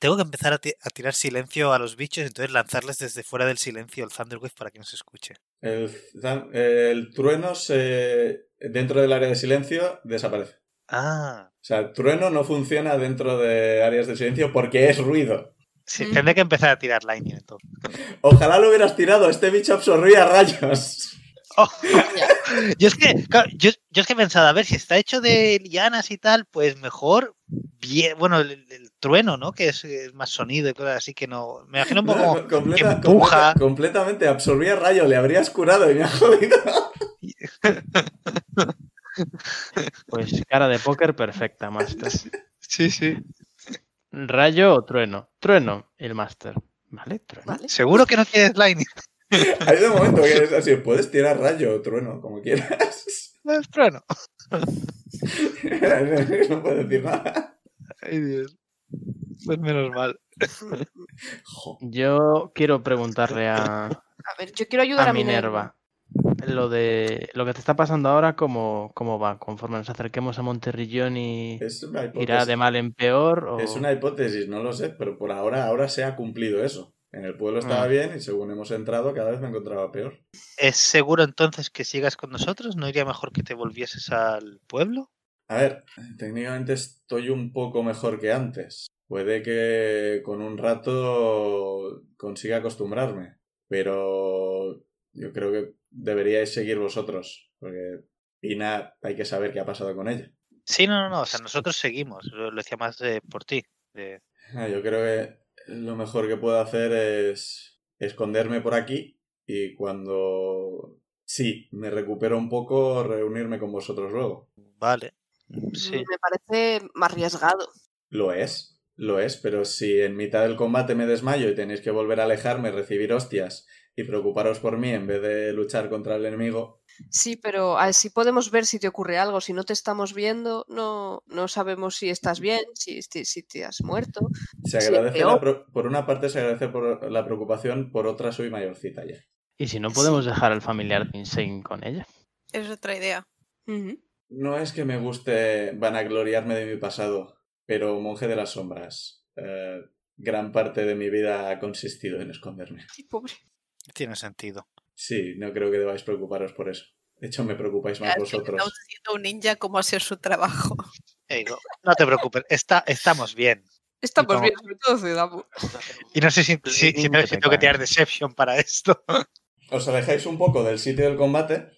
[SPEAKER 3] Tengo que empezar a, ti- a tirar silencio a los bichos, entonces lanzarles desde fuera del silencio el Thunderwave para que nos escuche.
[SPEAKER 1] El, zan- eh, el trueno se, dentro del área de silencio desaparece.
[SPEAKER 3] Ah,
[SPEAKER 1] O sea, el trueno no funciona dentro de áreas de silencio porque es ruido.
[SPEAKER 3] sí,
[SPEAKER 4] Mm.
[SPEAKER 3] tendré que empezar a tirar Lightning entonces.
[SPEAKER 1] Ojalá lo hubieras tirado, este bicho absorbía rayos.
[SPEAKER 3] Oh. Yo es que, claro, yo, yo es que he pensado, a ver, si está hecho de lianas y tal, pues mejor, bien, bueno, el, el- el trueno, ¿no? Que es, eh, más sonido y cosas así que no. Me imagino un poco como
[SPEAKER 1] No, completa-
[SPEAKER 3] que empuja.
[SPEAKER 1] completa- completamente, absorbía rayo, le habrías curado y me ha jodido.
[SPEAKER 2] Pues cara de póker perfecta, Master.
[SPEAKER 3] Sí, sí.
[SPEAKER 2] ¿Rayo o trueno? Trueno, el Master. ¿Vale? Trueno.
[SPEAKER 4] Vale.
[SPEAKER 3] Seguro que no quieres Lightning.
[SPEAKER 1] Hay de momento que es así, puedes tirar rayo o trueno, como quieras.
[SPEAKER 3] No es trueno.
[SPEAKER 1] no puedo decir nada.
[SPEAKER 3] Ay, Dios. Pues menos mal.
[SPEAKER 1] Jo,
[SPEAKER 2] Yo quiero preguntarle a,
[SPEAKER 4] A ver, yo quiero ayudar a,
[SPEAKER 2] a Minerva lo de lo que te está pasando ahora, cómo, cómo va, conforme nos acerquemos a Monterrillón y
[SPEAKER 1] es una
[SPEAKER 2] irá de
[SPEAKER 1] hipótesis.
[SPEAKER 2] mal en peor. o-
[SPEAKER 1] Es una hipótesis, no lo sé, pero por ahora, ahora se ha cumplido eso. En el pueblo estaba
[SPEAKER 2] Ah.
[SPEAKER 1] bien y según hemos entrado cada vez me encontraba peor.
[SPEAKER 3] ¿Es seguro entonces que sigas con nosotros? ¿No iría mejor que te volvieses al pueblo?
[SPEAKER 1] A ver, técnicamente estoy un poco mejor que antes. Puede que con un rato consiga acostumbrarme, pero yo creo que deberíais seguir vosotros, porque Pina hay que saber qué ha pasado con ella.
[SPEAKER 3] Sí, no, no, no. O sea, nosotros seguimos. Lo, lo decía más eh, por ti. de-
[SPEAKER 1] Ah, Yo creo que lo mejor que puedo hacer es esconderme por aquí y cuando sí me recupero un poco reunirme con vosotros luego.
[SPEAKER 3] Vale. Sí.
[SPEAKER 4] Me parece más arriesgado.
[SPEAKER 1] Lo es, lo es, pero si en mitad del combate me desmayo y tenéis que volver a alejarme, recibir hostias y preocuparos por mí en vez de luchar contra el enemigo,
[SPEAKER 4] Sí, pero así podemos ver si te ocurre algo. Si no te estamos viendo, no, no sabemos si estás bien, si, si, si te has muerto.
[SPEAKER 1] se
[SPEAKER 4] Sí,
[SPEAKER 1] agradece la
[SPEAKER 4] peor.
[SPEAKER 1] pro- por una parte se agradece por la preocupación, por otra soy mayorcita ya.
[SPEAKER 2] Y si no podemos dejar al familiar de Insane con ella.
[SPEAKER 5] Es otra idea.
[SPEAKER 4] Ujú.
[SPEAKER 1] No es que me guste vanagloriarme de mi pasado, pero monje de las sombras. eh, gran parte de mi vida ha consistido en esconderme.
[SPEAKER 4] Ay, pobre.
[SPEAKER 3] Mm, Tiene sentido.
[SPEAKER 1] Sí, no creo que debáis preocuparos por eso. De hecho, me preocupáis más
[SPEAKER 5] Claro, que
[SPEAKER 1] vosotros.
[SPEAKER 5] está haciendo un ninja cómo hacer su trabajo.
[SPEAKER 3] Ey, no, E no te preocupes. Está, estamos bien.
[SPEAKER 4] Estamos
[SPEAKER 3] como-
[SPEAKER 4] bien, sobre todo Ciudadamo.
[SPEAKER 3] Y no sé si, si, si
[SPEAKER 2] Lightning
[SPEAKER 3] tengo
[SPEAKER 2] que te
[SPEAKER 3] tengo que
[SPEAKER 2] cae.
[SPEAKER 3] tirar Deception para esto.
[SPEAKER 1] Os alejáis un poco del sitio del combate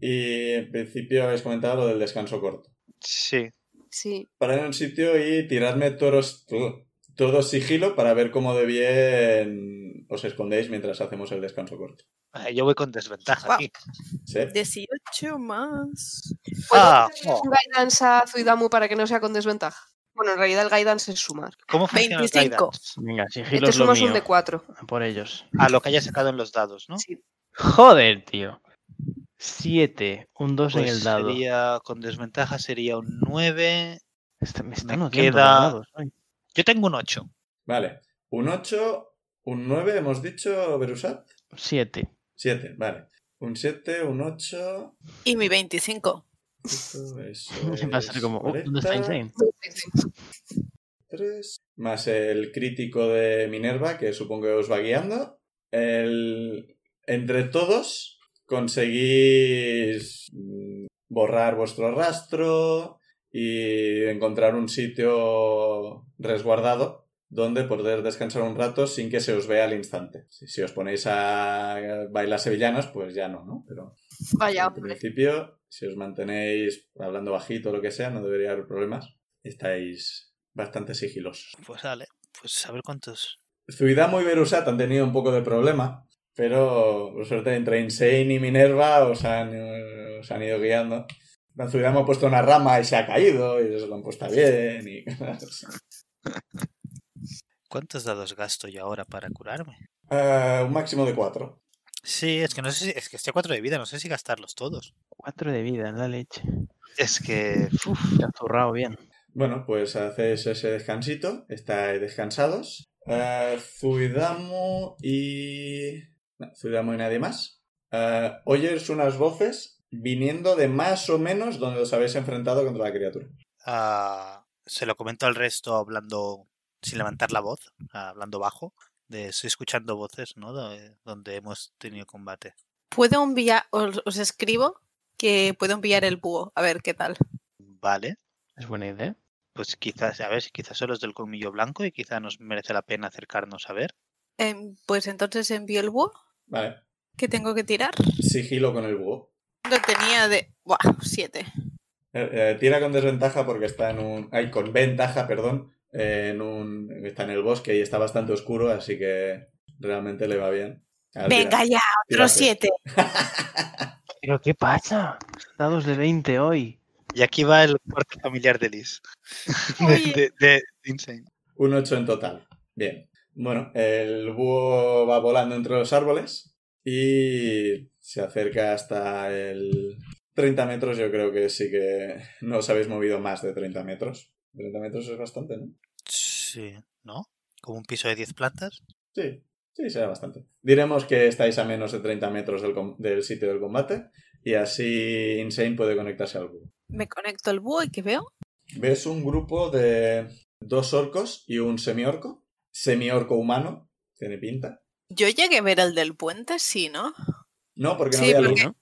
[SPEAKER 1] y en principio habéis comentado lo del descanso corto.
[SPEAKER 3] Sí.
[SPEAKER 4] Sí.
[SPEAKER 1] Parad en un sitio y tiradme todos, tu- todo sigilo para ver cómo de bien os escondéis mientras hacemos el descanso corto.
[SPEAKER 3] Ah, Yo voy con desventaja
[SPEAKER 5] Guau.
[SPEAKER 3] aquí.
[SPEAKER 5] 18 más.
[SPEAKER 4] ¿Puedo
[SPEAKER 3] Ah,
[SPEAKER 4] hacerle
[SPEAKER 3] oh.
[SPEAKER 4] un guidance a Zuidamu para que no sea con desventaja? Bueno, en realidad el guidance es sumar.
[SPEAKER 3] ¿Cómo funciona el
[SPEAKER 5] 25.
[SPEAKER 3] guidance?
[SPEAKER 2] Venga, sigilo
[SPEAKER 4] Este
[SPEAKER 2] es lo
[SPEAKER 4] sumas un
[SPEAKER 2] mío.
[SPEAKER 4] de 4.
[SPEAKER 2] A por ellos.
[SPEAKER 3] A lo que haya sacado en los dados, ¿no?
[SPEAKER 4] Sí.
[SPEAKER 2] Joder, tío. 7, un 2 en
[SPEAKER 3] Pues
[SPEAKER 2] el dado.
[SPEAKER 3] sería, con desventaja sería un 9.
[SPEAKER 2] Está- me están odiando
[SPEAKER 3] me
[SPEAKER 2] los
[SPEAKER 3] queda-
[SPEAKER 2] dados, ay.
[SPEAKER 3] Yo tengo un 8.
[SPEAKER 1] Vale. Un 8, un 9, hemos dicho, Berusat.
[SPEAKER 2] Siete.
[SPEAKER 1] 7, vale. Un 7, un 8.
[SPEAKER 5] Y mi 25.
[SPEAKER 1] Eso es
[SPEAKER 2] Va a
[SPEAKER 3] Pues,
[SPEAKER 2] ser como, "Oh, ¿dónde está
[SPEAKER 1] 40,
[SPEAKER 2] Insane?
[SPEAKER 1] tres, Más el crítico de Minerva, que supongo que os va guiando. El... Entre todos conseguís mm, borrar vuestro rastro y encontrar un sitio resguardado donde poder descansar un rato sin que se os vea al instante. Si, si os ponéis a bailar sevillanos, pues ya no, ¿no? Pero
[SPEAKER 4] Vaya,
[SPEAKER 1] al
[SPEAKER 4] hombre.
[SPEAKER 1] principio, si os mantenéis hablando bajito o lo que sea, no debería haber problemas. Estáis bastante sigilosos.
[SPEAKER 3] Pues dale, pues a ver cuántos.
[SPEAKER 1] Zuidamo y Berusat han tenido un poco de problema, pero por suerte entre Insane y Minerva os han, eh, os han ido guiando. A Zuidamo ha puesto una rama y se ha caído, y eso lo han puesto bien. Y... cosas así.
[SPEAKER 3] ¿Cuántos dados gasto yo ahora para curarme?
[SPEAKER 1] Eh, un máximo de cuatro.
[SPEAKER 3] Sí, es que no sé si, es que estoy a cuatro de vida, no sé si gastarlos todos.
[SPEAKER 2] Cuatro de vida, la leche.
[SPEAKER 3] Es que
[SPEAKER 2] Te has zurrado bien.
[SPEAKER 1] Bueno, pues hacéis ese descansito, estáis descansados. Eh, Zuidamo y... no, Zuidamo y nadie más. Eh, oyes unas voces viniendo de más o menos donde os habéis enfrentado contra la criatura.
[SPEAKER 3] ah, se lo comento al resto hablando sin levantar la voz, ah, hablando bajo. De, estoy escuchando voces, ¿no? De- donde hemos tenido combate.
[SPEAKER 5] Puedo enviar, os, os escribo que puedo enviar el búho, a ver qué tal.
[SPEAKER 3] Vale,
[SPEAKER 2] Es buena idea.
[SPEAKER 3] pues quizás, a ver, si quizás son los del colmillo blanco y quizás nos merece la pena acercarnos a ver.
[SPEAKER 5] Em, pues entonces envío el búho
[SPEAKER 1] Vale.
[SPEAKER 5] que tengo que tirar.
[SPEAKER 1] Sigilo con el búho.
[SPEAKER 5] Lo tenía de... Buah, siete.
[SPEAKER 1] Eh, eh, tira con desventaja porque está en un... Ay, con ventaja, perdón. eh, en un... Está en el bosque y está bastante oscuro, así que realmente le va bien. Ahora tira-
[SPEAKER 5] Venga ya,
[SPEAKER 1] tira-
[SPEAKER 5] otro siete.
[SPEAKER 2] ¿Pero qué pasa? Dados de 20 hoy.
[SPEAKER 3] Y aquí va el corte familiar de Liz. De,
[SPEAKER 5] Oye.
[SPEAKER 3] de- de Insane.
[SPEAKER 1] Un 8 en total. Bien. Bueno, el búho va volando entre los árboles y se acerca hasta el 30 metros. Yo creo que sí que no os habéis movido más de 30 metros. 30 metros es bastante, ¿no?
[SPEAKER 3] Sí, ¿no? Como un piso de 10 plantas.
[SPEAKER 1] Sí, sí, será bastante. Diremos que estáis a menos de 30 metros del, com- del sitio del combate y así Insane puede conectarse al búho.
[SPEAKER 5] Me conecto al búho y que veo.
[SPEAKER 1] Ves un grupo de dos orcos y un semiorco. Semiorco humano, tiene pinta.
[SPEAKER 5] Yo llegué a ver el del puente, sí, ¿no?
[SPEAKER 1] No, porque no
[SPEAKER 5] Sí,
[SPEAKER 1] había luz.
[SPEAKER 5] porque-
[SPEAKER 2] ¿no?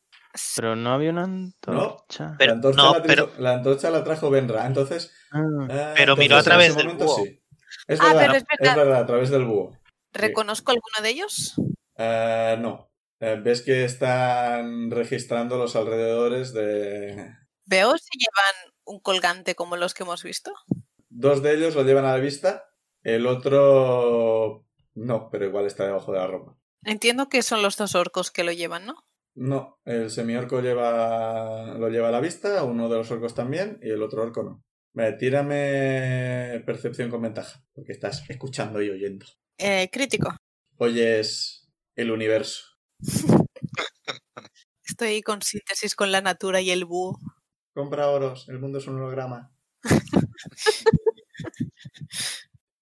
[SPEAKER 2] Pero no había una antorcha.
[SPEAKER 3] Pero-
[SPEAKER 1] la, antorcha
[SPEAKER 3] no,
[SPEAKER 1] la,
[SPEAKER 3] pero-
[SPEAKER 1] trajo- la antorcha la trajo Benra, entonces...
[SPEAKER 2] Ah,
[SPEAKER 1] ah,
[SPEAKER 3] Pero miró
[SPEAKER 1] entonces,
[SPEAKER 3] a
[SPEAKER 1] en
[SPEAKER 3] través
[SPEAKER 1] ese
[SPEAKER 3] del
[SPEAKER 1] momento
[SPEAKER 3] búho.
[SPEAKER 1] sí. Es
[SPEAKER 5] Ah,
[SPEAKER 1] verdad,
[SPEAKER 5] pero es
[SPEAKER 1] es verdad.
[SPEAKER 5] verdad.
[SPEAKER 1] a través del búho.
[SPEAKER 5] ¿Reconozco alguno de ellos?
[SPEAKER 1] Ah, no. Eh, ves que están registrando los alrededores de...
[SPEAKER 5] Veo si llevan un colgante como los que hemos visto.
[SPEAKER 1] Dos de ellos lo llevan a la vista, el otro... No, pero igual está debajo de la ropa.
[SPEAKER 5] Entiendo que son los dos orcos que lo llevan, ¿no?
[SPEAKER 1] No, el semiorco lleva... lo lleva a la vista, uno de los orcos también, y el otro orco no. Vale, tírame percepción con ventaja, porque estás escuchando y oyendo.
[SPEAKER 5] Eh, crítico.
[SPEAKER 1] Oyes el universo.
[SPEAKER 5] Estoy con síntesis con la natura y el búho.
[SPEAKER 1] Compra oros, el mundo es un holograma.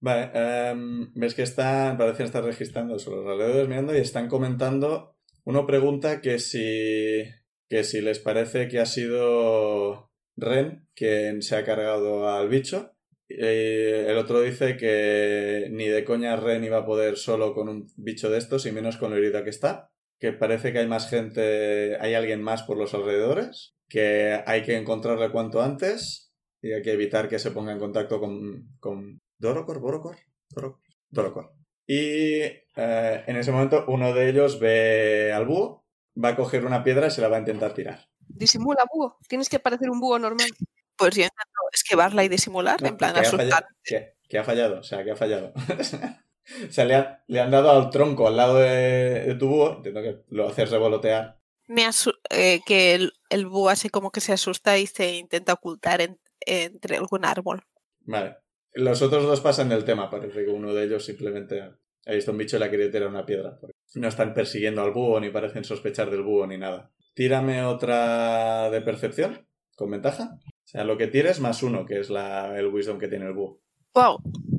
[SPEAKER 1] vale, em, ves que están, parecen estar registrando sobre los alrededores, mirando y están comentando. Uno pregunta que si, que si les parece que ha sido Ren quien se ha cargado al bicho. Eh, el otro dice que ni de coña Ren iba a poder solo con un bicho de estos y menos con lo herida que está. Que parece que hay más gente, hay alguien más por los alrededores. Que hay que encontrarle cuanto antes y hay que evitar que se ponga en contacto con, con Dorocor, Borocor, Doro- Dorocor. Y eh, en ese momento uno de ellos ve al búho, va a coger una piedra y se la va a intentar tirar.
[SPEAKER 4] Disimula, búho. Tienes que parecer un búho normal.
[SPEAKER 5] Pues yo intento esquivarla y disimular,
[SPEAKER 1] No,
[SPEAKER 5] en plan
[SPEAKER 1] que ha fallado-
[SPEAKER 5] asustar.
[SPEAKER 1] que, que ha fallado, o sea, que ha fallado. o sea, le, ha- le han dado al tronco al lado de, de tu búho, entiendo que lo haces revolotear.
[SPEAKER 5] Me asu- eh, que el, el búho así como que se asusta y se intenta ocultar en- entre algún árbol.
[SPEAKER 1] Vale. Los otros dos pasan del tema, parece que uno de ellos simplemente ha visto un bicho y la quería tirar una piedra. porque No están persiguiendo al búho, ni parecen sospechar del búho, ni nada. Tírame otra de percepción, con ventaja. O sea, lo que tires más uno, que es la, el wisdom que tiene el búho.
[SPEAKER 5] Wow,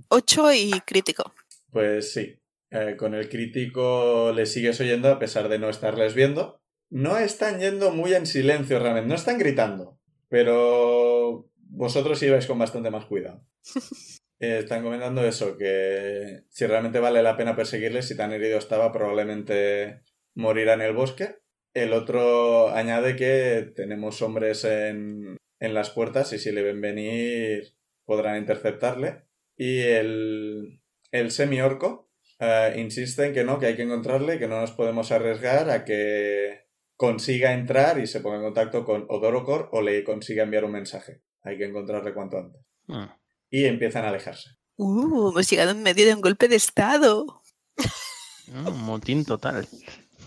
[SPEAKER 5] 8 y crítico.
[SPEAKER 1] Pues sí, eh, con el crítico le sigues oyendo a pesar de no estarles viendo. No están yendo muy en silencio realmente, no están gritando. Pero vosotros ibais con bastante más cuidado. Eh, están comentando eso, que si realmente vale la pena perseguirles, si tan herido estaba, probablemente morirá en el bosque. El otro añade que tenemos hombres en, en las puertas y si le ven venir podrán interceptarle. Y el, el semi-orco eh, insiste en que no, que hay que encontrarle, que no nos podemos arriesgar a que consiga entrar y se ponga en contacto con Odorocor o le consiga enviar un mensaje. Hay que encontrarle cuanto antes.
[SPEAKER 2] Ah,
[SPEAKER 1] Y empiezan a alejarse.
[SPEAKER 5] Uh, hemos llegado en medio de un golpe de estado.
[SPEAKER 2] ah, un motín total.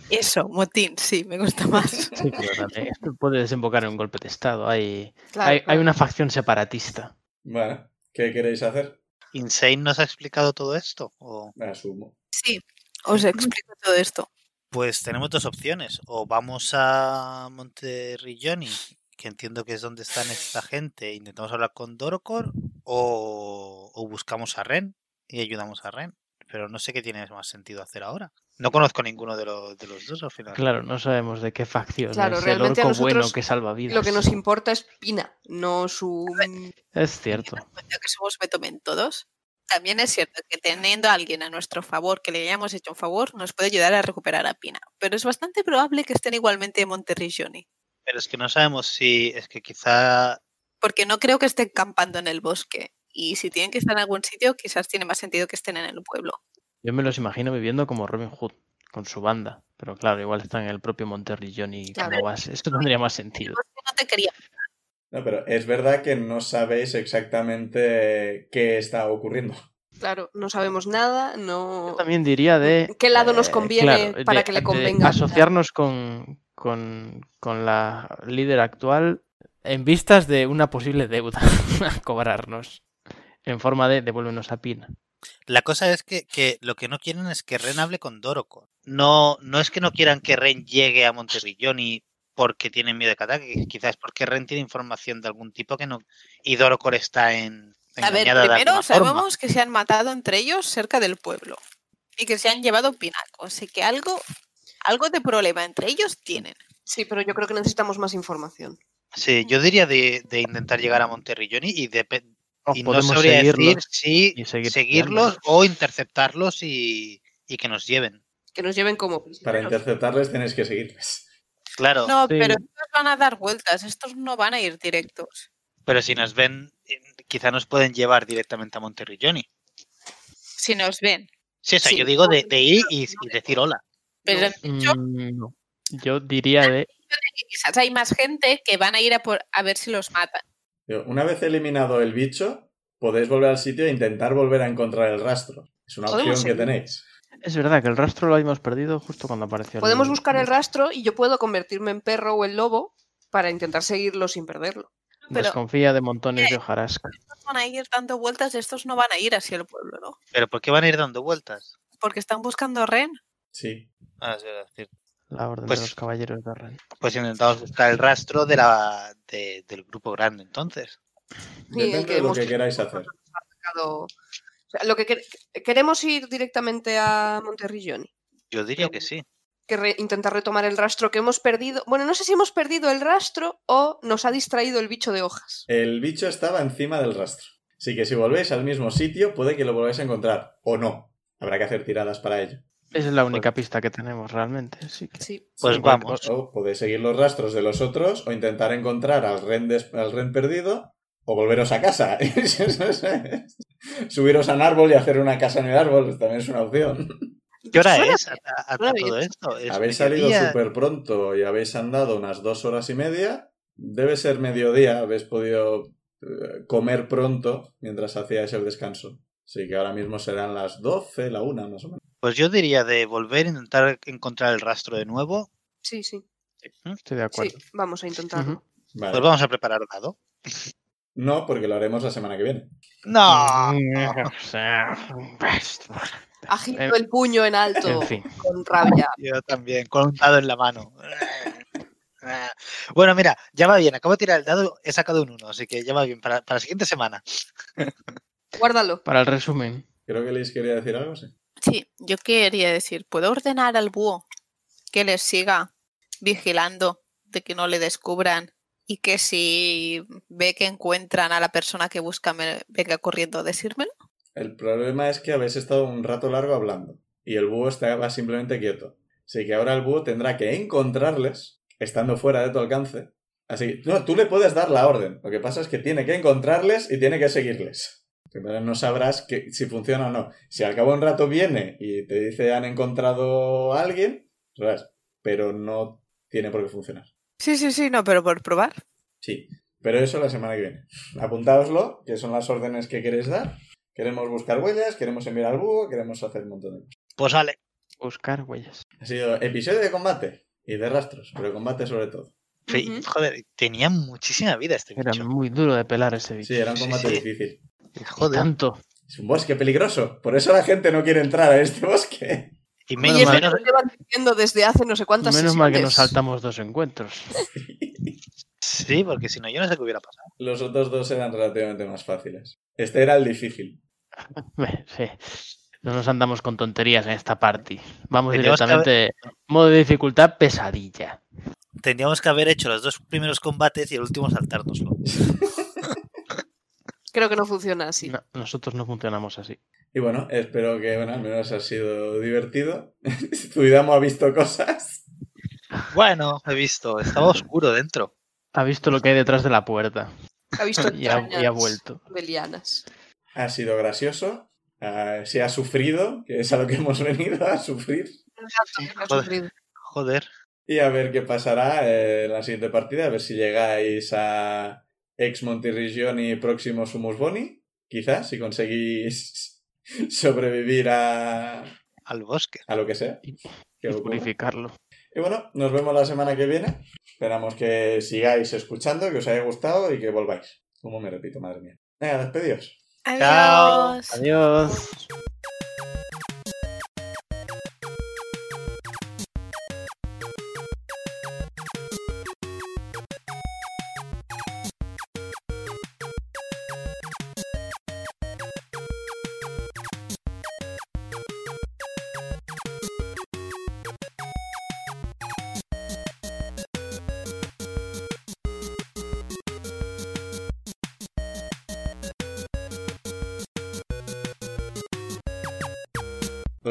[SPEAKER 5] Eso, motín, sí, me gusta más.
[SPEAKER 2] Sí, pero también esto puede desembocar en un golpe de estado. Hay,
[SPEAKER 4] Claro,
[SPEAKER 2] hay, hay
[SPEAKER 4] claro.
[SPEAKER 2] una facción separatista.
[SPEAKER 1] Bueno, ¿qué queréis hacer?
[SPEAKER 3] ¿Insane nos ha explicado todo esto? O-
[SPEAKER 1] Asumo.
[SPEAKER 5] Sí, os explico todo esto.
[SPEAKER 3] Pues tenemos dos opciones. O vamos a Monterrilloni, que entiendo que es donde están esta gente, e intentamos hablar con Dorocor, o, o buscamos a Ren y ayudamos a Ren. Pero no sé qué tiene más sentido hacer ahora. No conozco ninguno de los, de los dos al final.
[SPEAKER 2] Claro, no sabemos de qué facción
[SPEAKER 4] Claro,
[SPEAKER 2] es el
[SPEAKER 4] realmente a
[SPEAKER 2] orco bueno
[SPEAKER 4] nosotros
[SPEAKER 2] que salva vidas.
[SPEAKER 4] Lo que nos importa es Pina, no su...
[SPEAKER 2] Es cierto.
[SPEAKER 5] cuenta que somos Betomen todos, también es cierto que teniendo a alguien a nuestro favor, que le hayamos hecho un favor, nos puede ayudar a recuperar a Pina. Pero es bastante probable que estén igualmente en Monterrilloni,
[SPEAKER 3] Pero es que no sabemos si es que quizá
[SPEAKER 5] porque no creo que estén campando en el bosque. Y si tienen que estar en algún sitio, quizás tiene más sentido que estén en el pueblo.
[SPEAKER 2] Yo me los imagino viviendo como Robin Hood, con su banda. Pero claro, igual están en el propio Monterrillón y
[SPEAKER 4] Claro.
[SPEAKER 2] como base. Esto tendría más sentido.
[SPEAKER 5] Porque no te quería.
[SPEAKER 1] No, pero es verdad que no sabéis exactamente qué está ocurriendo.
[SPEAKER 4] Claro, no sabemos nada, no...
[SPEAKER 2] Yo también diría de...
[SPEAKER 4] ¿Qué lado nos
[SPEAKER 2] eh,
[SPEAKER 4] conviene
[SPEAKER 2] claro,
[SPEAKER 4] para
[SPEAKER 2] de-
[SPEAKER 4] que le
[SPEAKER 2] de
[SPEAKER 4] convenga?
[SPEAKER 2] asociarnos con, con, con la líder actual en vistas de una posible deuda a cobrarnos. En forma de devuélvenos a Pina.
[SPEAKER 3] La cosa es que, que lo que no quieren es que Ren hable con Dorocor. No, no es que no quieran que Ren llegue a Monterrilloni porque tienen miedo de que ataque, quizás porque Ren tiene información de algún tipo que no. Y Dorocor está en.
[SPEAKER 5] A ver,
[SPEAKER 3] engañada de
[SPEAKER 5] primero
[SPEAKER 3] alguna forma.
[SPEAKER 5] sabemos que se han matado entre ellos cerca del pueblo y que se han llevado Pinaco. Así que algo, algo de problema entre ellos tienen.
[SPEAKER 4] Sí, pero yo creo que necesitamos más información.
[SPEAKER 3] Sí, yo diría de, de intentar llegar a Monterrilloni y, depe-
[SPEAKER 2] O
[SPEAKER 3] y no
[SPEAKER 2] podemos
[SPEAKER 3] sabría decir
[SPEAKER 2] seguirlos.
[SPEAKER 3] si
[SPEAKER 2] y seguir
[SPEAKER 3] seguirlos
[SPEAKER 2] espiándolos.
[SPEAKER 3] o interceptarlos y, y que nos lleven.
[SPEAKER 4] Que nos lleven como...
[SPEAKER 1] Para
[SPEAKER 4] prisioneros.
[SPEAKER 1] interceptarles tenéis que seguirles.
[SPEAKER 3] Claro,
[SPEAKER 5] No,
[SPEAKER 2] Sí.
[SPEAKER 5] pero estos van a dar vueltas, estos no van a ir directos.
[SPEAKER 3] pero si nos ven, eh, quizá nos pueden llevar directamente a Monterrilloni.
[SPEAKER 5] Si nos ven.
[SPEAKER 3] Sí, o sea,
[SPEAKER 4] Sí.
[SPEAKER 3] yo digo de, de ir y, y decir hola.
[SPEAKER 5] Pero yo-
[SPEAKER 2] Mm, no. Yo diría de...
[SPEAKER 5] quizás hay más gente que van a ir a, por, a ver si los matan.
[SPEAKER 1] Yo, Una vez eliminado el bicho, podéis volver al sitio e intentar volver a encontrar el rastro. Es una opción
[SPEAKER 4] Podemos
[SPEAKER 1] que
[SPEAKER 4] seguir.
[SPEAKER 1] tenéis.
[SPEAKER 2] Es verdad que el rastro lo habíamos perdido justo cuando apareció. el-
[SPEAKER 4] Podemos buscar el rastro y yo puedo convertirme en perro o en lobo para intentar seguirlo sin perderlo.
[SPEAKER 5] pero-
[SPEAKER 2] Desconfía de montones de hojarasca.
[SPEAKER 5] Estos van a ir dando vueltas, estos no van a ir hacia el pueblo, ¿no?
[SPEAKER 3] ¿Pero por qué van a ir dando vueltas?
[SPEAKER 5] Porque están buscando a Ren.
[SPEAKER 1] Sí.
[SPEAKER 3] Ah, es verdad, es cierto.
[SPEAKER 2] La orden
[SPEAKER 3] Pues-
[SPEAKER 2] de los caballeros de Ren.
[SPEAKER 3] Pues intentamos buscar el rastro de la, de- del grupo grande, entonces.
[SPEAKER 4] Sí,
[SPEAKER 1] Depende
[SPEAKER 4] hay que
[SPEAKER 1] de lo que
[SPEAKER 4] demostrar-
[SPEAKER 1] queráis hacer.
[SPEAKER 4] Claro. O sea, lo que quer- queremos ir directamente a Monterrilloni.
[SPEAKER 3] Yo diría que sí. Pues
[SPEAKER 4] que re- intentar retomar el rastro que hemos perdido. Bueno, no sé si hemos perdido el rastro o nos ha distraído el bicho de hojas.
[SPEAKER 1] El bicho estaba encima del rastro. Así que si volvéis al mismo sitio, puede que lo volváis a encontrar. O no. Habrá que hacer tiradas para ello.
[SPEAKER 2] Esa es la única pista que tenemos realmente. Sí que...
[SPEAKER 4] Sí.
[SPEAKER 3] Pues
[SPEAKER 1] Sí,
[SPEAKER 3] vamos.
[SPEAKER 1] porque- O podéis seguir los rastros de los otros o intentar encontrar al ren, des- al ren perdido o volveros a casa. Subiros a un árbol y hacer una casa en el árbol también es una opción.
[SPEAKER 3] ¿Qué hora
[SPEAKER 4] Suena
[SPEAKER 3] es a, a- a
[SPEAKER 4] suena
[SPEAKER 3] todo
[SPEAKER 4] bien.
[SPEAKER 3] esto? ¿Es
[SPEAKER 1] Habéis salido
[SPEAKER 3] mediodía?
[SPEAKER 1] súper pronto y habéis andado unas dos horas y media. Debe ser mediodía, habéis podido eh, comer pronto mientras hacíais el descanso. Así que ahora mismo serán las 12, la una más o menos.
[SPEAKER 3] Pues yo diría de volver, intentar encontrar el rastro de nuevo. ¿Mm?
[SPEAKER 4] Sí, sí,
[SPEAKER 2] Estoy de
[SPEAKER 4] sí.
[SPEAKER 2] acuerdo.
[SPEAKER 4] Vamos a intentarlo.
[SPEAKER 2] Ujú.
[SPEAKER 1] Vale.
[SPEAKER 3] Pues vamos a preparar dado.
[SPEAKER 1] No, porque lo haremos la semana que viene.
[SPEAKER 2] Ah.
[SPEAKER 3] ¡No!
[SPEAKER 2] O sea,
[SPEAKER 4] Agito
[SPEAKER 2] Eh,
[SPEAKER 4] el puño en alto
[SPEAKER 2] En fin,
[SPEAKER 4] con rabia.
[SPEAKER 3] Yo también, con un dado en la mano. Ah. Bueno, mira, ya va bien. Acabo de tirar el dado, he sacado un 1, así que ya va bien para, para la siguiente semana.
[SPEAKER 4] Guárdalo.
[SPEAKER 2] para el resumen.
[SPEAKER 1] Creo que les quería decir algo, sí.
[SPEAKER 5] Sí, yo quería decir, ¿puedo ordenar al búho que les siga vigilando de que no le descubran y que si ve que encuentran a la persona que busca, me venga corriendo a decírmelo.
[SPEAKER 1] El problema es que habéis estado un rato largo hablando y el búho estaba simplemente quieto. Así que ahora el búho tendrá que encontrarles estando fuera de tu alcance. Así que, no, tú le puedes dar la orden. Lo que pasa es que tiene que encontrarles y tiene que seguirles. Primero no sabrás que, si funciona o no. Si al cabo de un rato viene y te dice han encontrado a alguien, sabrás, pero no tiene por qué funcionar.
[SPEAKER 5] Sí, sí, sí, no, pero por probar.
[SPEAKER 1] Sí, pero eso la semana que viene. Apuntáoslo, que son las órdenes que queréis dar. Queremos buscar huellas, queremos enviar al búho, queremos hacer un montón de cosas.
[SPEAKER 3] Pues vale.
[SPEAKER 2] Buscar huellas.
[SPEAKER 1] Ha sido episodio de combate y de rastros, pero combate sobre todo.
[SPEAKER 3] Sí,
[SPEAKER 4] Ujú.
[SPEAKER 3] Joder, tenía muchísima vida este
[SPEAKER 2] Era
[SPEAKER 3] bicho.
[SPEAKER 2] muy duro de pelar ese bicho.
[SPEAKER 1] Sí, era un
[SPEAKER 3] Sí,
[SPEAKER 1] combate
[SPEAKER 3] sí.
[SPEAKER 1] difícil.
[SPEAKER 2] Y
[SPEAKER 3] Joder.
[SPEAKER 2] Tanto.
[SPEAKER 1] Es un bosque peligroso, por eso la gente no quiere entrar a este bosque.
[SPEAKER 3] Y
[SPEAKER 4] Y
[SPEAKER 3] menos,
[SPEAKER 4] es lo
[SPEAKER 3] menos-
[SPEAKER 4] que llevan diciendo desde hace no sé cuántas
[SPEAKER 2] Menos mal que
[SPEAKER 4] sesiones.
[SPEAKER 2] nos saltamos dos encuentros.
[SPEAKER 3] Sí, porque si no, yo no sé qué hubiera pasado.
[SPEAKER 1] Los otros dos eran relativamente más fáciles. Este era el difícil.
[SPEAKER 2] Eh, Sí. No nos andamos con tonterías en esta party. Vamos
[SPEAKER 3] Teníamos que haber-
[SPEAKER 2] directamente. Modo de dificultad pesadilla.
[SPEAKER 3] Tendríamos que haber hecho los dos primeros combates y el último saltárnoslo.
[SPEAKER 4] Creo que no funciona así.
[SPEAKER 2] No, nosotros no funcionamos así.
[SPEAKER 1] Y bueno, espero que bueno, al menos ha sido divertido. tu Idamo ha visto cosas.
[SPEAKER 3] Bueno, he visto, estaba oscuro dentro.
[SPEAKER 2] Ha visto lo que hay detrás de la puerta
[SPEAKER 4] Ha visto
[SPEAKER 2] y ha, y ha
[SPEAKER 4] entrañas
[SPEAKER 2] vuelto.
[SPEAKER 4] de lianas.
[SPEAKER 1] Ha sido gracioso. Ah, se ha sufrido, que es a lo que hemos venido a sufrir.
[SPEAKER 4] Ha
[SPEAKER 3] joder.
[SPEAKER 4] sufrido.
[SPEAKER 3] Joder.
[SPEAKER 1] Y a ver qué pasará eh, en la siguiente partida. A ver si llegáis a ex Montirrigion y próximo Sumus Boni. Quizás, si conseguís sobrevivir a,
[SPEAKER 3] Al bosque.
[SPEAKER 1] a lo que sea. Que
[SPEAKER 2] Y
[SPEAKER 1] ocurra.
[SPEAKER 2] purificarlo.
[SPEAKER 1] Y bueno, nos vemos la semana que viene. Esperamos que sigáis escuchando, que os haya gustado y que volváis. Como me repito, madre mía. Venga, despedidos.
[SPEAKER 3] Chao.
[SPEAKER 5] Adiós.
[SPEAKER 2] Adiós.